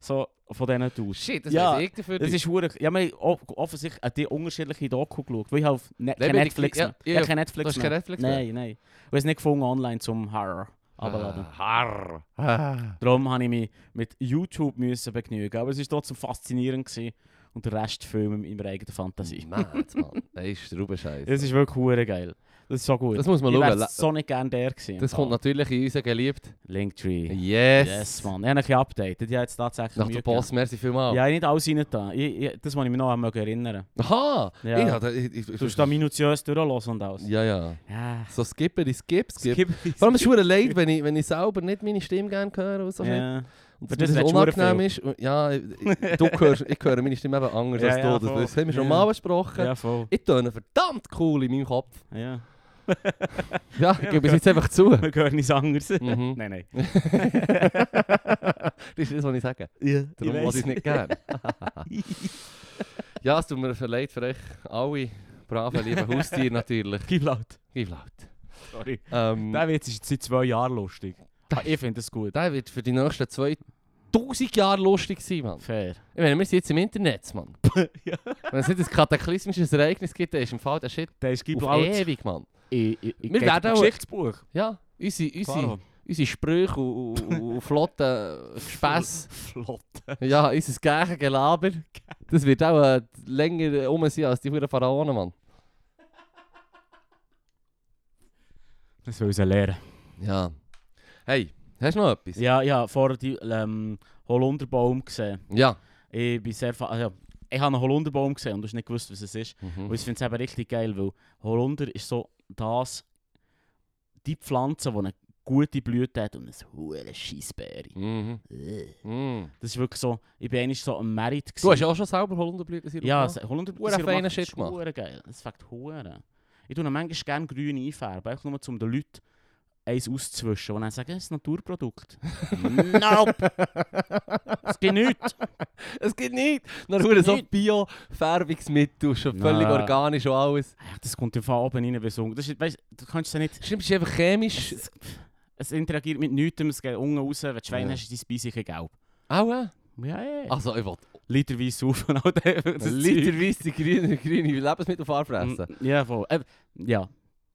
So von diesen Dudes.
Oh, Shit, das
Ja,
weiss ich dafür.
Das
nicht.
ist schwierig. Ja, wir haben o- offensichtlich an die unterschiedlichen Doku geschaut, weil ich auf ne
Nein,
kein
weil
Netflix
ich- ja,
mehr.
ja, ja.
Ja,
Du
kein Netflix
hast
mehr.
kein Netflix mehr?
Nein, nein. Und es nicht gefunden online zum Horror abladen.
Ah, Harr. Ah.
Darum habe ich mich mit YouTube müssen begnügen. Aber es war trotzdem faszinierend gewesen. und der Rest filmen in meiner eigenen Fantasie.
Mad, Mann. Das ist Straubenscheiss.
Es ist wirklich hure geil. Das ist so gut.
Das muss man
ich
schauen.
wäre so nicht gerne der gewesen.
Das kommt natürlich in unseren geliebten
Linktree.
Yes.
Yes, man. Ich habe ein updated. Ich habe jetzt tatsächlich
Nach
Mühe
der Boss, merci
gehabt.
vielmals.
Ja, ich habe nicht alles eh. rein da. Ich, ich, das muss ich mich noch einmal erinnern.
Aha!
Ja.
Ich hatte, ich, ich, ich,
Du hast da minutiös durchlassen und alles.
ja, ja.
Ja.
So skippen, die skip, skip.
Skip.
Vor allem ist es verdammt leid, wenn ich, wenn ich selber nicht meine Stimme gerne höre und so shit.
Ja.
Und
Für
dass
das
mir das
redest du
unangenehm ist. Und Ja, ich- ich- du hörst, ich höre meine Stimme eben anders
Ja,
als
ja,
du. Das,
voll.
das haben wir schon
Ja.
mal besprochen.
ja, voll.
Ich töne verdammt cool in meinem Kopf.
Ja.
Ja, ich gebe es jetzt einfach zu.
Wir hören nichts anderes.
Mhm.
Nein, nein.
das ist das, was ich sage.
Ja,
Darum
ich
muss ich es
weiss.
nicht gerne. ja, es tut mir leid für euch alle braven, lieben Haustiere natürlich.
Gib laut.
Gib laut.
Sorry.
Ähm,
Der Witz ist jetzt seit zwei Jahren lustig. Ah, ich finde das gut.
der wird für die nächsten 2000 Jahre lustig sein, Mann.
Fair.
Ich meine, wir sind jetzt im Internet, Mann.
ja.
Wenn es nicht ein kataklysmisches Ereignis gibt, dann ist im Fall der Shit
Der ist gib
auf
laut.
ewig, Mann.
Ich, ich, ich
Wir
geht
werden
ein
auch-
Geschichtsbuch.
Ja, unsere, unsere,
Klaro.
unsere Sprüche und, und, und flotten äh, Gespässe,
Flott.
ja, unser Gegengelaber, das wird auch äh, länger um sein als die verdammten Pharaonen, Mann.
Das will ich lernen.
Ja. Hey, hast du noch etwas?
Ja, ich habe vorher die ähm, Holunderbaum gesehen.
Ja.
Ich bin sehr fa- also, ich habe einen Holunderbaum gesehen und du hast nicht gewusst, was es ist.
Mhm.
Und ich finde es eben richtig geil, weil Holunder ist so das die Pflanze, die eine gute Blüte hat und eine hure Scheissbeere.
Mhm.
Äh.
Mhm.
Das ist wirklich so, ich bin eigentlich so am Merit
Du hast ja auch schon selber Holunderblüten Sirup
ja,
gemacht?
se- Holunderblüten
Hure
Sirup
feiner
machen,
Shit
ist
gemacht.
hure geil. Das fängt hure. Ich tue ihn manchmal gerne grün einfärben, einfach nur um den Leuten eins auszuwischen, und dann sagen, es ist ein Naturprodukt. nope! Es gibt nichts!
Es geht nicht! Dann wurde so
nicht.
Bio-Färbungsmittel, schon völlig
Nein.
organisch und alles.
Ach, das kommt im Fall oben rein, wie so. Das ist, weißt, du kannst es ja nicht.
Stimmt, es ist einfach chemisch.
Es, es interagiert mit nichts, es geht unten raus. Wenn du Schwein
Ja.
hast, ist dein Bein sicher gelb.
Auch, äh?
Ja, ja. ja.
Also, ich will
Literweise auf und all das. das Zeug.
literweise die grüne, grüne Lebensmittelfarbe fressen.
Mm, Ja, voll. Äh, ja,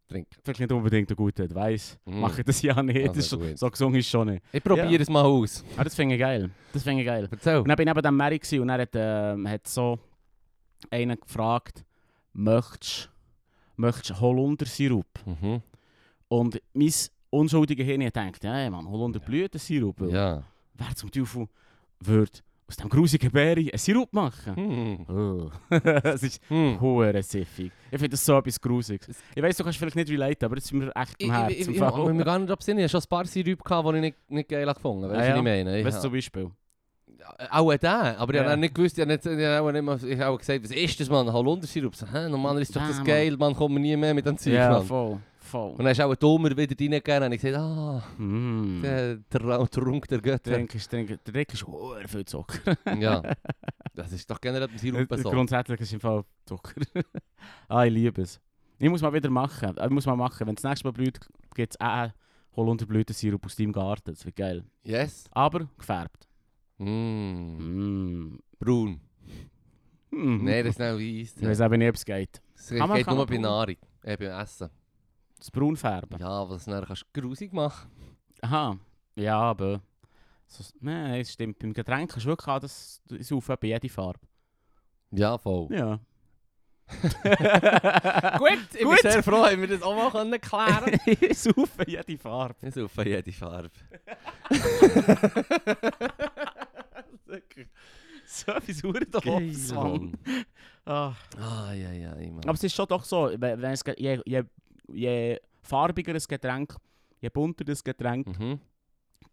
Trinken.
vielleicht nicht unbedingt ein guter Advice.
Mm.
Mache ich das ja nicht.
Also
Das ist, schon-
gut.
so gesungen ist schon nicht.
Ich probiere
Ja.
es mal aus.
Aber das finde ich geil. Das finde ich geil.
Erzähl.
Und dann bin ich neben dem Mary gewesen und er hat, ähm, hat so einen gefragt, möchtest möchtest du Holundersirup?
Mhm.
Und mein unschuldiger Hirn hat gedacht, ja, hey, Mann, Holunder Blütensirup. weil
Ja.
Wer zum Teufel würde aus dem grusigen Beeren einen Sirup machen?
Hm.
Oh. das ist
Hm.
hure siffig. Ich finde das so etwas Grusiges. Ich weiss, du kannst vielleicht nicht relaten, aber das ist mir echt
Ich,
im
ich,
Herzen.
ich, ich,
im
ich,
Fall.
ich, mir gar nicht absinnen. Ich hatte schon ein paar Sirup, gehabt, die ich nicht, nicht geil gefunden habe. Weißt du,
Ah,
was
ja.
ich meine? Ich
Weißt du zum
habe-
Beispiel?
Auch der, aber ich
Ja.
habe nicht gewusst, ich habe, nicht, ich habe auch nicht mal ich habe auch gesagt, was ist das, Mann? Holundersirup. So, hä, Mann, ist doch
Ja,
das
Mann.
geil, man kommt nie mehr mit dem Zeug.
Ja,
Mann.
voll. Voll.
Und dann ist auch ein Dummer wieder reingegeben und ich gesagt, ah,
Mm.
der Tra- Trunk der Götter.
Trink ist, trink, der Dreck ist hoher viel Zucker.
ja, das ist doch generell beim Sirup
Äh,
so.
Grundsätzlich ist im Fall Zucker. ah, ich liebe es. Ich muss mal wieder machen. Ich muss mal machen. Wenn das nächste Mal blüht, gibt es auch Holunderblütensirup aus deinem Garten. Das wird geil.
Yes.
Aber gefärbt.
Mm.
Mm.
Braun.
Mm.
Nein, das ist nicht
Ich
Eis.
weiß eben nicht, ob es geht.
Es
Kann man-
geht
kann
nur
man
bei
braun?
Nahrung, äh, beim Essen.
Das Braunfärben.
Ja, was dann kannst du grusig machen.
Aha. Ja, aber... So, Nein, es stimmt. Beim Getränk kannst du wirklich auch das saufen bei jeder Farbe.
Ja, voll.
Ja.
Gut, ich
Gut.
bin sehr froh, haben wir das auch mal können klären können.
saufen jede Farbe.
Ich suche jede Farbe.
So etwas verdammt doofes, Mann.
Mann.
Ah.
Ah, ja, ja, Mann.
Aber es ist schon doch so, we- wenn es, ge- je, je, je farbiger das Getränk, je bunter das Getränk,
mhm.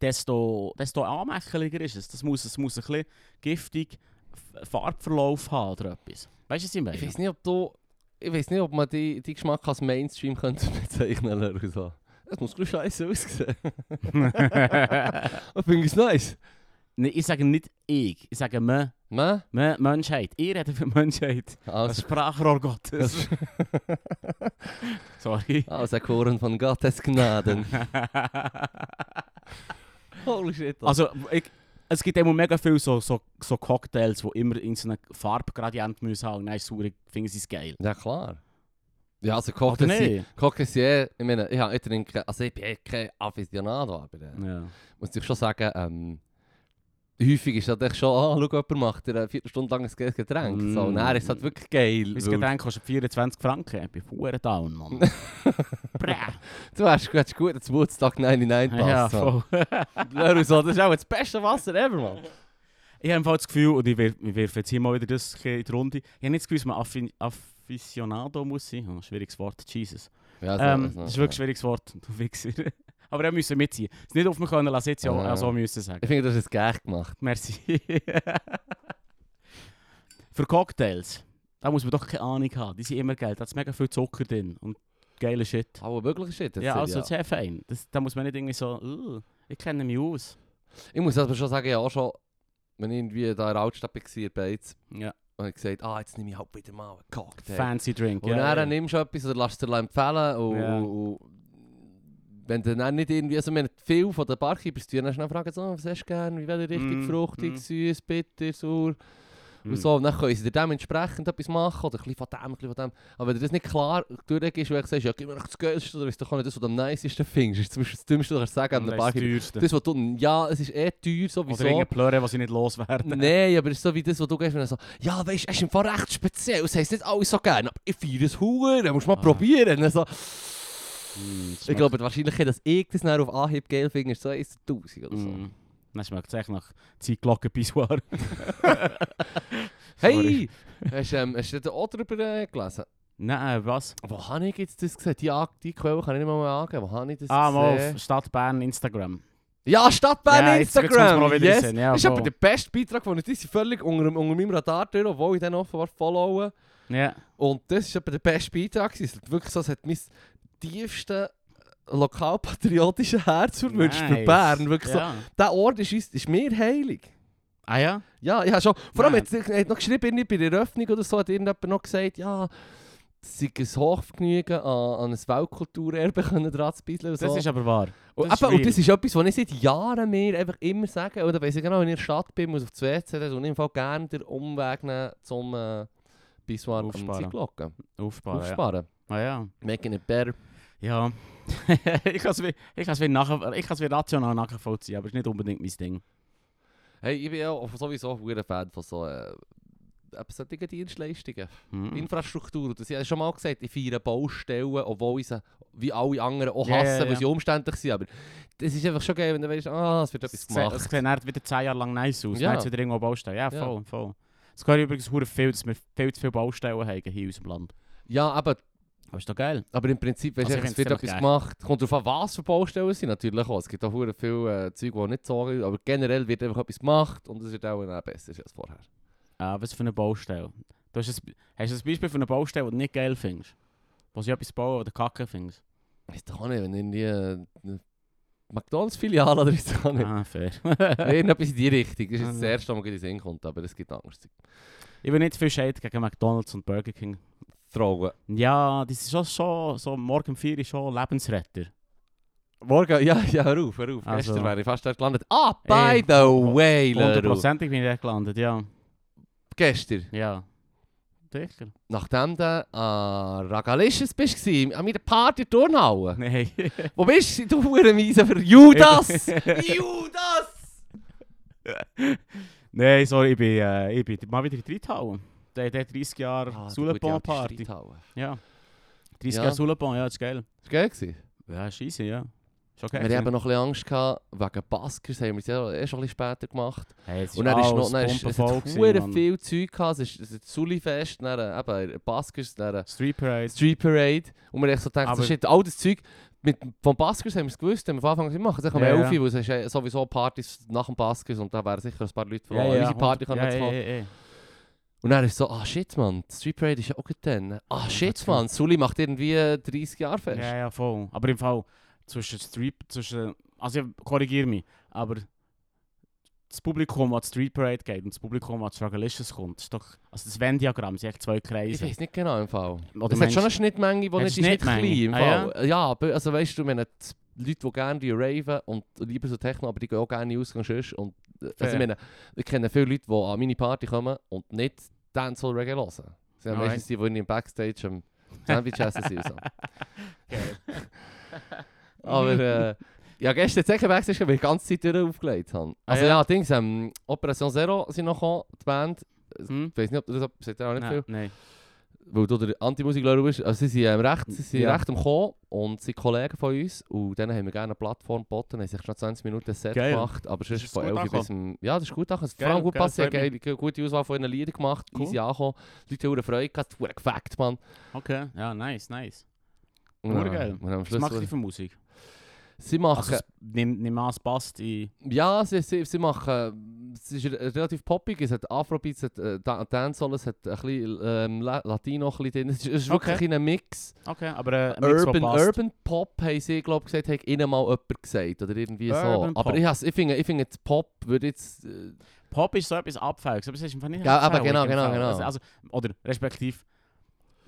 desto, desto anmächeliger ist es. Das muss, es muss ein bisschen giftig F- Farbverlauf haben oder etwas. Weißt du, was ich meine?
Ich weiß nicht, ob du. Ich weiß nicht, ob man die, die Geschmack als Mainstream könnte bezeichnen oder so. Das muss gleich scheiße aussehen. Ich finde es nice.
Nein, ich sage nicht ich, ich sage me,
Ne?
me, Menschheit. Ich rede für Menschheit. Das
Als,
Sprachrohr Gottes. Sorry.
ah, als ein Korn von Gottes Gnaden. Holy shit. Alter.
Also, ich, es gibt immer mega viele so, so, so Cocktails, die immer in so einem Farbgradient müssen haben. Nein, sauer, finden sie es geil.
Ja, klar. Ja, also
Oder
Cocktails. sind-
nicht?
Cocktails, sind eh- ich meine, ich, hab- ich trinke. Also ich bin eh kein Aficionado, aber. Äh,
Ja.
muss ich schon sagen, ähm, häufig ist das echt schon, ah, schau, jemand macht dir eine Viertelstunde lang ein geiles Getränk.
Mm.
So, und dann ist das wirklich geil.
Mein
weil
Getränk kostet 24 Franken. Ich bin verdammt down, Mann. Bräh.
Du hast, du hast gut einen Woodstock 99 Pass.
ja,
so.
voll.
Blöd und so. Das ist auch das beste Wasser ever, Mann.
Ich habe im Fall das Gefühl, und ich wirf- ich werfe jetzt hier mal wieder das ein bisschen in die Runde, ich habe nicht das Gefühl, dass man Affi- Afficionado muss sein. Oh, schwieriges Wort, Jesus.
Also, Ja, so,
ähm,
so,
das ist
so.
wirklich ein schwieriges Wort, du Wichser. Aber er müssen mitziehen. Es nicht auf mich können lassen, jetzt ja
Ja.
auch so müssen sagen.
Ich finde, das ist gleich gemacht.
Merci. Für Cocktails, da muss man doch keine Ahnung haben. Die sind immer geil. Da ist mega viel Zucker drin und geile Shit.
Aber wirklich Shit. jetzt
ja,
sind,
also sehr fein. Das, da muss man nicht irgendwie so, «Uh, ich kenne mich aus.
Ich muss aber schon sagen, ja, auch schon, wenn ich irgendwie da in der Altstadt war, bei jetzt,
Ja.
und ich gesagt, ah, jetzt nehme ich halt wieder mal einen Cocktail.
Fancy Drink.
Und
ja,
dann
ja.
nimmst du etwas oder lässt es dir empfehlen. Und,
Ja.
und, und wenn du dann nicht irgendwie, also wenn viel von den Barkeepers tun, dann schnell fragen, so, was hast du gerne, wie wäre richtig
Mm,
fruchtig,
mm.
süß, bitter, sauer
Hm.
und so. Und dann können sie dir dementsprechend etwas machen oder ein bisschen von dem, ein bisschen von dem. Aber wenn dir das nicht klar durchgehst, weil du sagst, ja, gib mir doch das Geilste oder weißt du, kann ich das, was du am nicesten findest, ist zum Beispiel das Dümmste, was du kannst sagen an
Und
den
das
Barkeeper.
teuerste.
Das, was du, ja, es ist eh teuer,
Oder
sowieso.
irgendein Plöre, was ich nicht loswerde.
Nein, aber es ist so wie das, was du gehst, wenn du so, ja, weißt du, es ist im Fall recht speziell, das heisst nicht alles so gerne, aber ich feiere es Hunger, musst mal
Ah.
probieren. Und dann so,
Mm, das
ich
schmeckt-
glaube, die Wahrscheinlichkeit, dass ich das dann auf Anhieb geil finde, ist so 1 zu 1000 oder so.
Mm. Dann schmeckt es echt nach Zeitglocken-Pissoir.
Hey, hast, ähm, hast du den auch darüber äh, gelesen?
Nein, Nou, was?
Wo habe ich jetzt das gesehen? dus Die, An- die Quelle kann ich nicht mal mehr angeben. Wo habe ich das
Ah, mal
gesehen?
auf Stadt Bern Instagram.
eh, Ja, Stadtbahn
Ja, jetzt- jetzt muss man
Instagram!
auch wieder
yes.
sehen, ja,
das ist aber
voll.
der beste Beitrag, den ich das ist völlig unter, unter meinem Radar durch, obwohl ich den offenbar followe.
Ja.
Und das war etwa der beste Beitrag. gewesen. Es hat wirklich so, es hat mein tiefste lokalpatriotische Herz verwünscht für
Nice.
Bern. Wirklich so,
Ja.
der Ort ist, uns- ist mir heilig.
Ah ja?
Ja, ich habe schon, vor allem
Nein.
hat, er hat noch geschrieben, irgendwie bei der Eröffnung oder so, hat irgendjemand noch gesagt, ja, es sei ein Hochvergnügen an, an ein Weltkulturerbe können dran zu bisseln und
Das
so.
ist aber wahr.
und,
das
eben, und
real.
das ist etwas, was ich seit Jahren mir einfach immer sage, oder weiss ich genau, wenn ich in der Stadt bin, muss ich auf das WC, dann würde ich im Fall gerne den Umweg nehmen zum äh, Bissoir am
Aufsparen.
Zeitglocken.
Aufsparen. ja.
Aufsparen.
Ah ja.
Making it better.
Ja. ich kann es wie, ich kann's wie, nachher, ich kann's wie rational nachvollziehen, aber es ist nicht unbedingt mein Ding.
Hey, ich bin ja auch sowieso ein guter Fan von so äh, eben solchen Dienstleistungen.
Hm.
Infrastruktur. Das, ich habe schon mal gesagt, ich feiere Baustellen, obwohl ich sie wie alle anderen auch hassen,
Ja, ja, ja.
weil sie umständlich sind. Aber das ist einfach schon geil, wenn du weißt, ah, es wird
Es
etwas
sieht es
gemacht.
sieht dann wieder 10 Jahre lang nice
Ja.
aus. Ja. Dann hat wieder irgendwo Baustellen. Ja,
Ja.
voll, dus voll. Es gehört übrigens hure viel, dass wir viel zu viele Baustellen haben hier in unserem Land.
Ja, aber
Aber ist doch geil.
Aber im Prinzip, weißt
Also
du,
ich
es
find's
wird etwas
ziemlich
gemacht. Kommt darauf an, was für Baustellen es sind natürlich auch. Es gibt auch verdammt viele äh, Zeug, die nicht so sind. Aber generell wird einfach etwas gemacht und es wird auch dann besser als vorher.
Äh, was für eine Baustelle. Du hast ein, hast ein Beispiel für eine Baustelle, die du nicht geil findest. Wo sie etwas bauen oder kacke findest.
Weiss doch auch nicht, wenn irgendwie äh, eine McDonalds-Filiale oder so. auch nicht.
Ah, fair.
Irgendetwas in die Dus Richtung. Das ist jetzt das
Ah.
Erste, was mir in den Sinn kommt, aber es gibt anderes Zeug.
ich bin nicht viel Shade gegen McDonalds und Burger King.
Trauen.
Ja, das ist schon so, so morgen um 4 ist schon Lebensretter.
Morgen, ja, ja, hör auf, hör auf.
Also.
Gestern wäre ich fast dort gelandet. Ah, by
Ey,
the way, Leru.
Hundertprozentig bin ich dort gelandet, ja.
Gestern,
Ja. Sicher?
nachdem du an äh, Ragalisches bist, gewesen, an meiner Party in Turnhalle.
Nein.
Wo bist du, du Hurenwiese für Judas? Judas!
Nein, sorry, ich bin, äh, ich bin mal wieder in die Reithalle. Der hat 30 Jahre ah, Party.
Das war
Ja. 30
Ja.
Jahre Soulebon, ja, das ist geil.
geil. gewesen.
Ja, scheiße, ja. Ist okay.
Wir haben noch ein bisschen Angst gehabt, wegen Baskers haben wir es ja eh schon ein bisschen später gemacht.
Hey, es ist
Und dann ist noch
alles
dann ist, es
pumpenvoll
hat
gewesen,
verdammt
Mann.
viel Zeug gehabt. Es ist ein Sully-Fest, dann eben äh, Baskers, dann
Street Parade.
Street Parade. Und wir haben so gedacht,
Aber-
so, shit, all das Zeug. Mit, vom Baskers haben wir es gewusst, haben wir von Anfang an gesagt, machen. Dann kommen
Ja,
wir
ja.
11 Uhr, weil es ist ja sowieso Partys nach dem Baskers und da wären sicher ein paar Leute von
Ja,
an
ja,
unsere Party
ja,
können
ja,
jetzt kommen.
ja, ja, ja.
Und dann ist so, ah shit, man, die Street Parade ist ja auch gerade dann. Ah shit,
klar.
man, Sully macht irgendwie 30 Jahre fest.
Ja, ja, voll. Aber im Fall zwischen Street, zwischen, also ich korrigiere mich, aber das Publikum, das Street Parade geht und das Publikum, das Strugglicious kommt, ist doch, also das Venn-Diagramm sind echt zwei
Ich
Kreise.
weiß nicht genau im Fall.
Oder
es hat
meinst-
schon eine Schnittmenge, die
Hat
nicht,
es
die ist nicht klein
Schnittmenge?
im Fall.
Ah,
ja? aber also weißt du, wenn die Leute, die gerne die raven und lieber so Techno, aber die gehen auch gerne in den Ausgang sonst. Und, äh, also
Fair.
ich meine, ich kenne viele Leute, die an meine Party kommen und nicht Dancehall Reggae hören. Das sind
Alright.
meistens die, die im Backstage am Sandwich essen sind. und So. Aber äh, ja, gestern zeige ich Backstage, weil ich die ganze Zeit durch aufgelegt habe.
Ah,
Also
ja.
ja, Dings, ähm, Operation Zero sind noch gekommen, die Band.
Hm?
Ich weiß nicht, ob du das sagt dir auch nicht
Nein,
viel.
nein.
Weil du der Anti-Musiklehrer bist. Also sie sind ähm, recht, sie sind
Ja.
recht am Kommen und sind Kollegen von uns. Und dann haben wir gerne eine Plattform geboten, haben sich schon 20 Minuten ein Set
Geil.
gemacht. Aber sonst
Ist das
von
gut
11 Uhr bis zum... Ja, das ist gut angekommen. Es hat Vor
Geil,
allem gut
geil,
passiert.
freut
Geile, gute Auswahl von ihren Liedern gemacht.
Cool.
Easy angekommen. Die Leute haben eine Freude gehabt. Verdammt gefackt, Mann.
Okay, ja, nice, nice.
Und
Hure
dann-
geil.
und dann am
Was
Schluss...
macht die für Musik?
Sie machen...
Also, es- nimm, nimm an, es passt in...
Ja, sie, sie, sie machen. Es ist re- relativ poppig. Es hat Afrobeats, es hat äh, Da- Dancehall, es hat ein bisschen ähm, La- Latino ein bisschen drin. Es ist, es ist wirklich
Okay.
ein kleiner Mix.
Okay, aber äh, ein Mix, der
Urban,
passt.
Urban Pop haben sie, glaube ich, gesagt, hat ihnen mal jemand gesagt. Oder irgendwie Ah, so.
Urban
Aber
Pop.
ich, has- ich finde, ich finde jetzt Pop würde jetzt. Äh,
Pop ist so etwas Abfälliges, aber es ist einfach nicht
Ja, nou, aber
abfällig
genau,
im
genau,
Fall.
genau.
Also, also, oder respektive,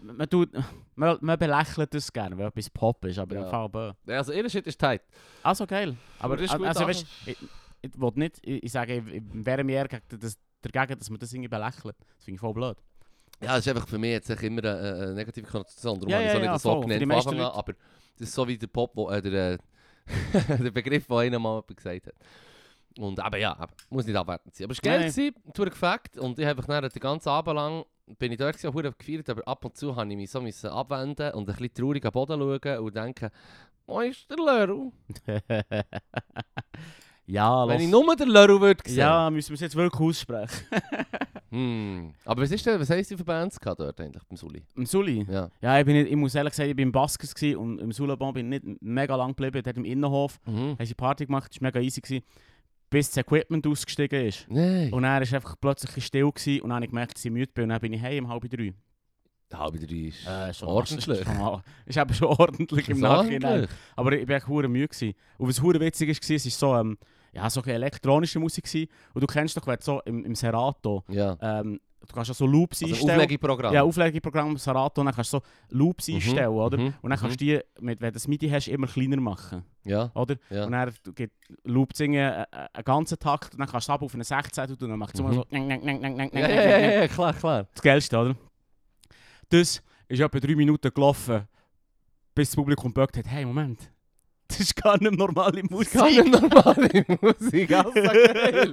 man, man tut, man, man belächelt es gerne, wenn etwas Pop ist, aber
Ja.
im Fall bö.
also, ihr Shit ist tight.
Also Ah, geil. Aber,
Aber das ist
also,
gut
also,
angekommen.
weißt, ich, ich will nicht, ich, ich sage, ich, ich wäre mir eher gegen das, dagegen, dass man das irgendwie belächelt. Das finde ich voll blöd.
Ja, es ist einfach für mich jetzt echt immer eine, eine negative Konnotation. Darum
Ja,
habe ich
ja,
es auch nicht so
ja, voll. Für die
genannt. von
meisten
Anfang an,
Leute-
Aber das ist so wie der Pop, wo, äh, der, äh, der Begriff, den ihnen mal jemand gesagt hat. Und aber ah, ja, aber, muss nicht abwertend sein. Aber es war geil,
Nein.
gewesen, Tour gefackt. Und ich habe einfach nachher den ganzen Abend lang bin ich dort gewesen, habe verdammt gefeiert, aber ab und zu habe ich mich so müssen abwenden und ein bisschen traurig am Boden schauen und denken, wo ist der Lörl?
ja,
Wenn ich
los.
nur den Lörl würde sehen.
Ja, müssen wir es jetzt wirklich aussprechen.
Hm. Aber was ist denn, was heisst die Verbands gehabt dort eigentlich beim Suli?
Im Suli?
Ja.
Ja, ich, bin nicht, ich muss ehrlich sagen, ich bin im Baskers gewesen und im Sulabon bin ich nicht mega lang geblieben, dort im Innenhof.
Mhm.
haben sie Party gemacht, es war mega easy, gewesen, bis das Equipment ausgestiegen ist.
Nein.
Und dann war einfach plötzlich ein still gewesen, und dann habe ich gemerkt, dass ich müde bin und dann bin ich heim um halb drei.
Halb drei Äh, ist
schon
ordentlich.
Schon mal, ist eben schon ordentlich im
Im
Nachhinein. Aber ich war echt hure müde. Gewesen. Und was hure witzig war, es war so, ähm, ja, so ein bisschen elektronische Musik. Gewesen. Und du kennst doch, wenn du so im, im Serato,
Ja.
ähm, du kannst ja so Loops
Also
einstellen.
Auflegeprogramm.
Ja, Auflegeprogramm Serato, und dann kannst du so Loops
Mhm,
einstellen, oder?
mhm,
Und dann kannst du die, mit, wenn du das MIDI hast, immer kleiner machen,
Ja,
oder?
ja.
Und er gibt Loop singen äh, äh, einen ganzen Takt und dann kannst du es ab auf eine 16 tun und dann macht es immer
Mhm.
so. neng, neng, neng, neng, neng,
ja,
neng,
ja, ja,
neng, neng.
ja, klar, klar.
Das Geilste, oder? Dus, Das ist etwa drei Minuten gelaufen, bis das Publikum gebockt hat: hey, Moment, das Das ist gar nicht normale Musik.
Gar nicht normale Musik, also geil.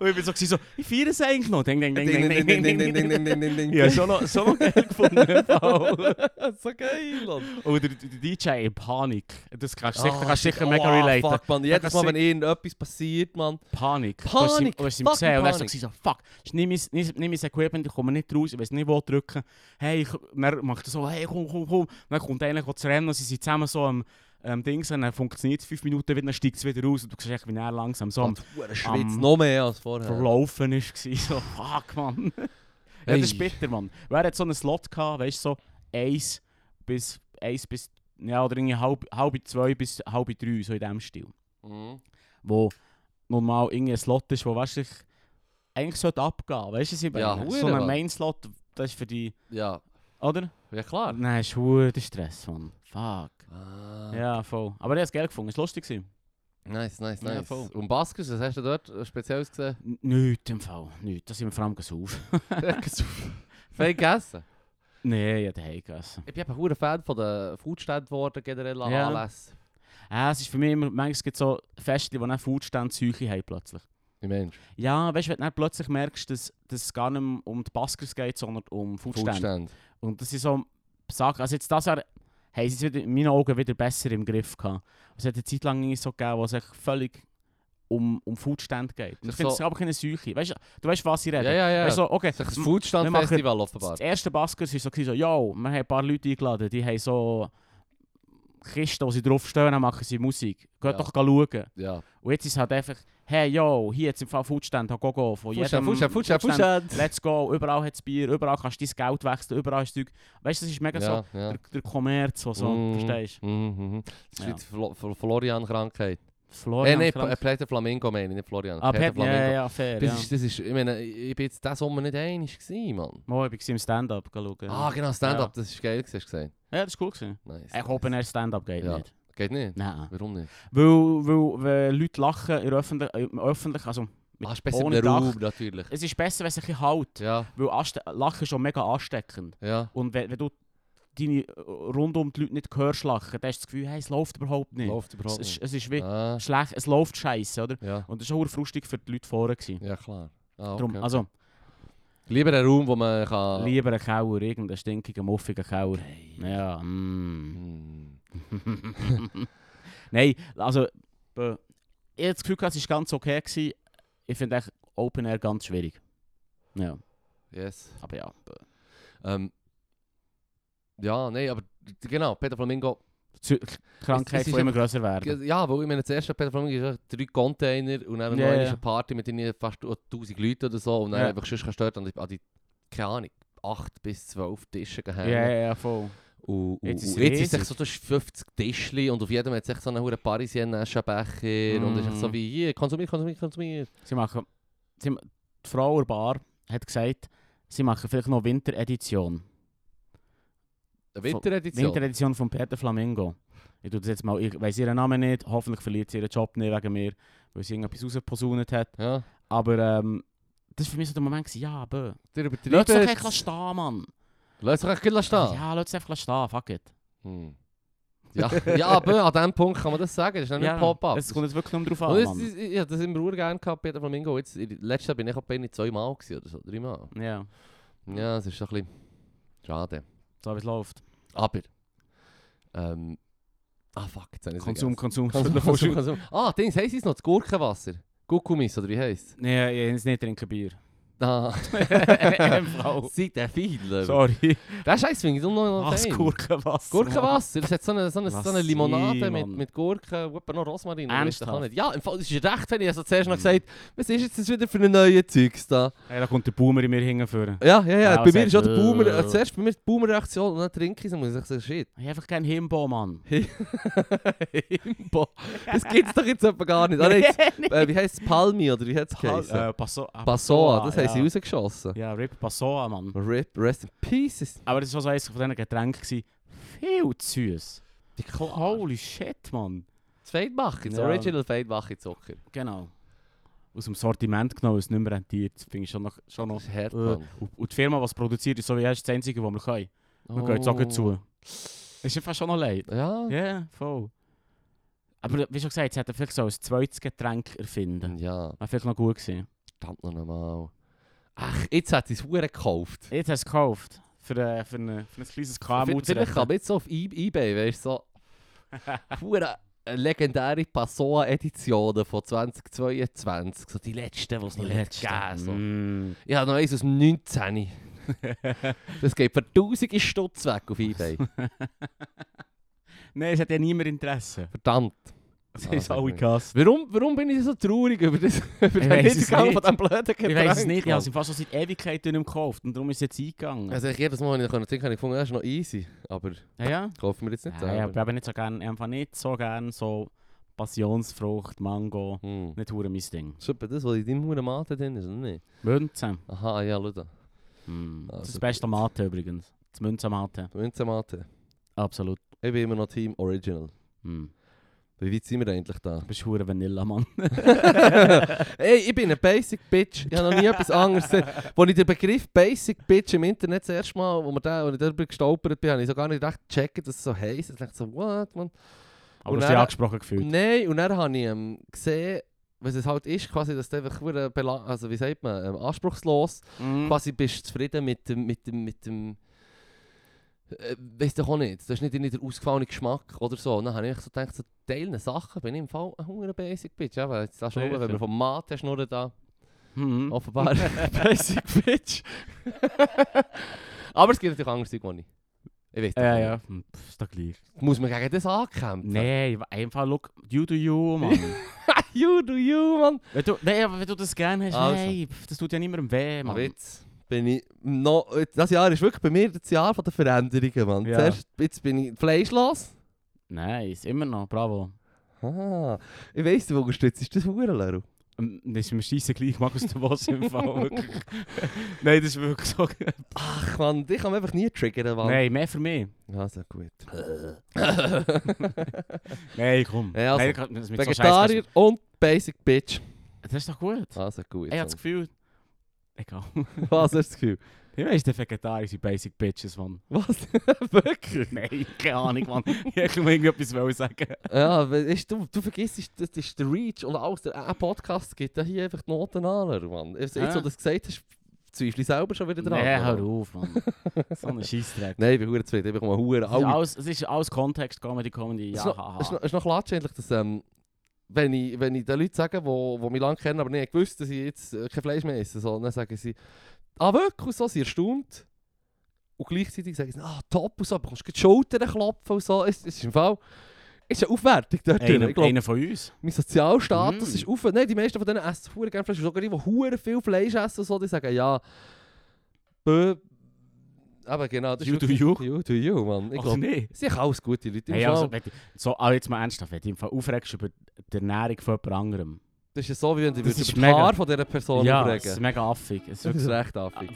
Und ich bin so, gewesen, so ich feiere es eigentlich noch. Ding, ding, ding, ding, ding, ding, ding, ding, ding.
Ja,
Ja,
Oh.
schon noch, schon noch geil gefunden. im Fall.
so geil. Mann.
Und der, der DJ in Panik. Das kannst du sicher,
Ah,
kannst du
shit.
sicher mega
Oh,
relaten.
Fuck, man. Jedes
kannst
Mal, wenn irgendetwas passiert, man.
Panik.
Panik,
Du hast ihm
fucking
gesehen und er so,
Panik.
gewesen, so, fuck, Dus ist nicht mein, nicht, nicht mein Equipment, ich komme nicht raus, ich weiß nicht, wo drücken. Hey, ich, und er macht so, hey, komm, komm, komm. Und dann kommt einer, geht zu rennen und sie sind zusammen so am ähm, Dings und dann funktioniert es fünf Minuten wieder, dann steigt es wieder raus und du siehst, echt, wie er langsam so am
Und Huren schwitzt
am-
noch mehr als vorher.
Verlaufen ist. gewesen. So, fuck, Mann. ja, das ist
Hey.
bitter, Mann. Wer hat so einen Slot gehabt, weißt du, so eins bis, eins bis, ja, oder irgendwie halb, halb zwei bis halb drei, so in dem Stil.
Mhm.
wo normal irgendein Slot ist, wo weißt, ich eigentlich sollte abgehen. Weißt du, was ich meine?
Ja,
so
hure,
ein
Mann.
Main-Slot, das ist für die.
Ja,
Oder?
ja klar.
Nein, ist hure der Stress, Mann. Fuck.
Ah.
Ja, voll. Aber der hat es geil gefunden, ist lustig gewesen.
Nice, nice,
Ja,
nice.
voll.
Und Baskers, was hast du dort äh, Spezielles gesehen?
N- Nicht im Fall, nicht. Da sind wir vor allem auf.
Fein gegessen.
Nein, ja, daheim gegessen.
Ich bin eben ein hoher Fan von den Foodständen geworden, generell an
Ja.
Anlässen.
Äh, es ist für mich immer, manchmal gibt es so Feste, die dann Foodstand-Psyche haben plötzlich.
Wie meinst
Ja, weißt du, wenn du dann plötzlich merkst, dass dass es gar nicht mehr um die Baskers geht, sondern um
du?
Foodstand.
Foodstand.
Und das ist so Sachen, also jetzt das Jahr haben sie es wieder, in meinen Augen wieder besser im Griff gehabt. Es hat eine Zeit lang irgendwie so gegeben, wo es echt völlig um, um Foodstände geht.
Sich
Und ich finde
so-
es aber keine Seuche. Weißt, du- du weißt, was ich
Ja,
rede?
ja, ja.
Weißt, du, so, okay,
Das ist ein
m-
Foodstand-Festival offenbar.
das erste Baskers war so, gewesen, so, yo, wir haben ein paar Leute eingeladen, die haben so Kisten, wo sie draufstehen, dann machen sie Musik.
Ja.
Geht doch schauen.
Ja.
Und jetzt ist es halt einfach, hey, yo, hier jetzt im Fall Foodstände, go, go, von
Foodstand,
jedem
Foodstand, Foodstand,
Foodstand.
Foodstand.
Let's go, überall hat es Bier, überall kannst du dein Geld wechseln, überall ist Zeug. Weißt du, das ist mega so
Ja, ja.
der, der Kommerz, der so,
Mhm.
verstehst du?
Mhm, mhm. Das ist
Ja.
jetzt Flo Fl Florian-Krankheit. Äh,
Florian.
nein,
Kranz-
P- äh, Peter Flamingo meine ich, nicht Florian.
ah, Pet, ja,
Flamingo.
ja, ja, fair. Ja.
Das ist, das ist, ich meine, ich bin jetzt diesen Sommer nicht einig gewesen, Mann.
Mal, ich war im Stand-Up geschaut.
Ah, genau, Stand-Up, das ist geil, gewesen, hast du gesehen.
Ja, das war cool. Gewesen.
Nice.
Ich hoffe, er Stand-Up geht
Ja.
nicht.
Geht nicht?
Nein.
Warum nicht?
Weil, weil wenn Leute lachen in öffentlich, im öffentlich also mit,
Ah, ist besser
ohne
im
Dach.
Raum, natürlich.
Es ist besser, wenn es sich hält.
Ja,
Weil anste- Lachen ist schon mega ansteckend.
ja.
Und wenn, wenn du deine äh, rundum die Leute nicht hörst lachen, dann hast du das Gefühl, hey, es läuft überhaupt nicht.
Läuft überhaupt
es,
nicht.
ist- es ist wie
Ah,
schlecht, es läuft scheiße, oder?
ja.
Und das war auch frustig für die Leute vorne. gewesen.
ja, klar. Ah,
Darum,
okay. Ah.
also,
Lieber einen Raum, wo man kann...
lieber ein Kauer, irgendein stinkiger, muffiger Kauer. Ja, mm.
Hm.
Nein, also, äh, ich habe das Gefühl, gehabt, es war ganz okay. Gewesen. Ich finde echt Open Air ganz schwierig. Ja,
Yes.
aber ja. äh,
Ähm, ja, nein, aber d- genau, Peter Flamingo.
Die
Es-
Krankheit,
es
die
ist
immer
einfach-
grösser werden.
Ja, weil ich meine, zuerst hat Peter Flamingo ist echt drei Container und dann
Ja,
noch
ja.
eine Party mit irgendwie fast 1000 Leuten oder so und dann
Ja.
einfach sonst kannst du dort an die, an die, keine Ahnung, 8 bis 12 Tische
Ja,
gehängt.
ja, ja, voll.
Und, und,
Jetzt
jetzt ist
ist es
jetzt ist
riesig.
echt so, du hast 50 Tischli und auf jedem hat es echt so einen hohen Parisien-Aschenbecher und es ist echt so
Mm.
wie, hier, konsumier, konsumier, konsumier.
Sie machen, sie, die Frau an der Bar hat gesagt, sie machen vielleicht noch Winteredition.
Eine
Von-
Winteredition.
Winteredition von Peter Flamingo. Ich tu das jetzt mal, ich weiss ihren Namen nicht, hoffentlich verliert sie ihren Job nicht wegen mir, weil sie irgendetwas rausgeposaunet hat.
Ja,
Aber ähm, das war für mich so der Moment, gewesen, ja, bö.
der
Lass
übertreibt
es doch einfach
es.
stehen, Mann.
Lass doch einfach stehen. Ja.
Ja, lass es einfach stehen, fuck it.
Hm. Ja, ja, aber an diesem Punkt kann man das sagen, das ist nicht
ja,
ein Pop-Up.
Es kommt jetzt wirklich nur drauf
und
an,
jetzt,
Mann.
ich, ich hab das immer sehr gerne gehabt, Peter Flamingo. Jetzt, in- letztes Jahr bin ich auch bei ihnen zweimal gewesen oder so, dreimal.
Ja, Hm.
Ja, es ist so ein bisschen schade.
so wie es läuft.
Aber, ähm, ah fuck, jetzt habe ich es
Konsum, Konsum,
Konsum, Konsum, Konsum. Ah, Dings, heisst es noch das Gurkenwasser? Gukumis, oder wie heisst
Nein, ich jetzt nicht trinken Bier.
es? Ah.
Frau.
Seid der Fiedler.
Sorry.
Das ist finde ich doch noch noch
Was,
fein.
Gurkenwasser?
Gurkenwasser, das hat so eine, so eine, so eine
Lass
Limonade
sein,
mit,
Mann.
mit Gurken, und noch Rosmarin. oder weiss doch auch
Ernsthaft?
nicht. Ja, im Fall, das ist recht, wenn ich also zuerst noch
Mhm.
gesagt was ist jetzt das wieder für ein neues Zeugs da?
Ja, da kommt der Boomer in mir hingeführen.
Ja, ja, ja,
Ja,
bei
was
mir ist auch der
sagt-
Boomer, äh, zuerst bei mir die Boomer-Reaktion und dann trinke ich es und muss ich sagen, shit.
Ich hab einfach keinen Himbo, Mann.
Himbo. das gibt's doch jetzt etwa gar nicht. Ah, nein, jetzt, äh, wie heisst es? Palmi oder wie hat es geheißen?
Äh, Passo ah,
Passoa, das
ja.
haben sie rausgeschossen.
Ja, Rip Passoa, Ah, Mann.
RIP, Rest in Pieces.
Aber das war so eines von diesen Getränken. gewesen. Viel zu süß.
Die
Holy shit, Mann.
Das Feldbachi, das
Ja.
Original Feldbachi Zucker.
Genau. Aus dem Sortiment genommen, weil es nicht mehr rentiert. Das finde ich schon noch... Schon noch
Das ist hart,
äh,
Mann.
und, und die Firma, die es produziert, ist so wie erst das Einzige, was wir
Oh.
können. Wir gehen jetzt auch gleich zu. Ist einfach schon noch leid.
Ja,
Ja, yeah, voll. Aber wie schon gesagt, sie hätten vielleicht so ein zweites Getränk erfinden.
Ja,
Wäre vielleicht noch gut gewesen.
verdammt noch einmal. Ach, jetzt hat ich es Huren gekauft.
Jetzt hast du es gekauft. Für, äh, für, eine, für ein kleines KMU zu
Vielleicht kann
retten.
man jetzt so auf E- Ebay, weißt du, so. Huren legendäre Passoa-Editionen von 2022. So die letzten, die es noch
Letzte.
gegeben hat, so.
Mm.
Ich habe noch eins aus dem 19. das geht für tausende Stutz weg auf Ebay.
Nein, es hat ja niemand Interesse.
Verdammt.
Es
Ah,
ist
sag
alle
mir.
Kasse.
Warum, warum bin ich so traurig über, das, über den
weiss es
Niedergang von
nicht.
diesem blöden Getränk?
Ich weiß es nicht, ich habe es fast schon seit Ewigkeiten nicht mehr gekauft und darum ist es jetzt eingegangen.
Also ich jedes Mal, wenn ich trinken konnte, habe ich gefunden, das ist noch easy. Aber
ja, ja.
kaufen wir jetzt nicht
ja,
selber.
ich habe nicht so gerne, einfach nicht so gerne so Passionsfrucht, Mango,
Hm.
nicht hure mein Ding.
Ist etwa das, was in deinem Huren Mate drin ist, oder nicht?
Münzen.
Aha, ja, schau da.
Mm. das ist
Also
das beste Mate übrigens. Das Münzenmate.
Münzenmate.
Absolut.
Ich bin immer noch Team Original.
Mm.
Wie weit sind wir eigentlich da?
Du bist hure Vanilla, Mann.
Ey, ich bin ein Basic Bitch. Ich habe noch nie etwas anderes gesehen. Als ich den Begriff Basic Bitch im Internet das erste Mal, wo, wir da, wo ich darüber gestolpert bin, habe ich so gar nicht gedacht, checken, dass es so heiß ist. Ich dachte so, what, man.
Aber
Und
du hast
dann-
dich angesprochen gefühlt.
Nein, und dann habe ich ähm, gesehen, was es halt ist, quasi, dass du einfach, verdammt bela- also wie sagt man, ähm, anspruchslos,
Mm.
quasi bist du zufrieden mit dem, mit dem, mit dem, äh, weißt du auch nicht, das ist nicht irgendwie der ausgefallene Geschmack oder so. Und dann habe ich so gedacht, so teilen Sachen bin ich im Fall ein Hunger Basic Bitch. Ja, weil jetzt da schon, wenn wir
Sicher.
vom Mate schnurren da,
Mhm.
offenbar Basic Bitch. Aber es gibt natürlich andere Dinge, die ich. Ich weiß
Ja, ja. Hm, pff, Ist doch gleich.
Muss man gegen das ankämpfen?
Nein, einfach, look, you do you, Mann.
you do you, Mann.
Wenn du, nee, aber wenn du das gerne hast,
Also.
nee, pff, das tut ja niemandem weh,
Aber
Mann.
jetzt bin ich noch, das Jahr ist wirklich bei mir das Jahr von der Veränderungen, Mann.
Ja.
Zuerst, jetzt bin ich fleischlos.
Nice, immer noch, bravo.
Ah, ich weiss, du unterstützt das Hurenlehrer.
Ähm, Das ist mir scheisse gleich, Markus, du was im Fall wirklich. Nein, das ist wirklich so.
Ach Mann, dich kann man einfach nie triggern, Mann.
Nein, mehr für mich.
Ja, sehr gut.
Nein, komm.
Ja, also,
Nein, kann- das, mit so
Vegetarier
Scheiss-
und Basic Bitch.
das ist doch gut.
Ah, sehr gut.
Ich habe das Gefühl. Egal.
Mann. Was hast du das Gefühl?
Ich weiss, die Vegetarier sind Basic Bitches, Mann.
Was? wirklich?
Nein, keine Ahnung, Mann. Ich hätte nur irgendetwas wollen sagen.
Ja, we- weißt du, du vergisst, das ist der Reach und alles. Der ein Podcast gibt da hier einfach die Noten an, Lehrer, Mann. Jetzt,
Ja.
jetzt wo du das gesagt hast, zweifle ich selber schon wieder dran.
Nein, hör
Mann.
auf, Mann. So ein Scheissdreck.
Nein, ich bin verdammt zufrieden. Ich bekomme
Es ist
verdammt
alles, es ist alles Kontext, Comedy, Comedy,
Es
ja,
ist, noch,
haha.
es ist, noch, es ist noch klatsch eigentlich, dass ähm, wenn, ich, wenn ich den Leuten sage, die wo, wo mich lange kennen, aber nicht gewusst, dass ich jetzt äh, kein Fleisch mehr esse, so, dann sagen sie, ah wirklich, und so, sie erstaunt. Und gleichzeitig sagen sie, ah top und so, aber kannst du die Schultern klopfen und so. Es, es ist im Fall, es ist eine Aufwertung dort drin.
einer,
Ich glaube,
einer von uns.
mein Sozialstatus
Mm.
ist auf. Nein, die meisten von denen essen verdammt gerne Fleisch. Und Sogar die, die verdammt viel Fleisch essen und so, dus die sagen, ja, Ah, bö, aber genau. Das
You
ist
do
wirklich-
you.
You do you, Mann. Ich
Ach,
glaube,
nee.
sie sind alles gute Leute. Im
Hey,
Fall.
also, wenn du, so, aber jetzt mal ernsthaft, wenn du im Fall aufregst über die Ernährung von jemand anderem.
Das ist ja so, wie wenn du
Das
über
ist
die
mega.
Haare von dieser Person
ja,
aufregen.
es ist mega affig. Es ist
Das ist
wirklich
recht affig.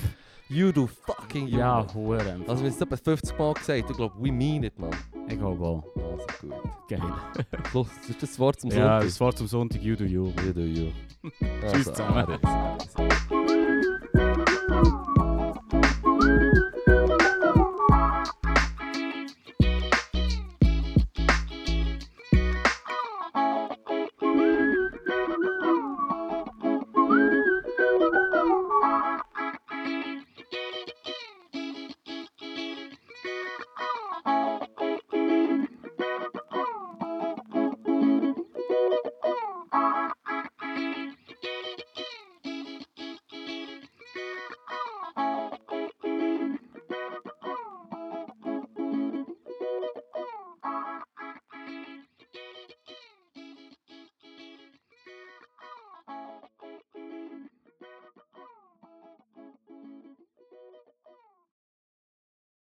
You do fucking
so,
you.
ja,
Mann.
Huren.
Also wir haben es etwa 50 Mal gesagt. Ich glaube, we mean it, man.
Ich glaube auch.
Also gut.
Geil.
Los, das ist das Wort zum
Ja,
Sonntag.
das Wort zum Sonntag, you do you.
You do you.
Tschüss zusammen.
Adios.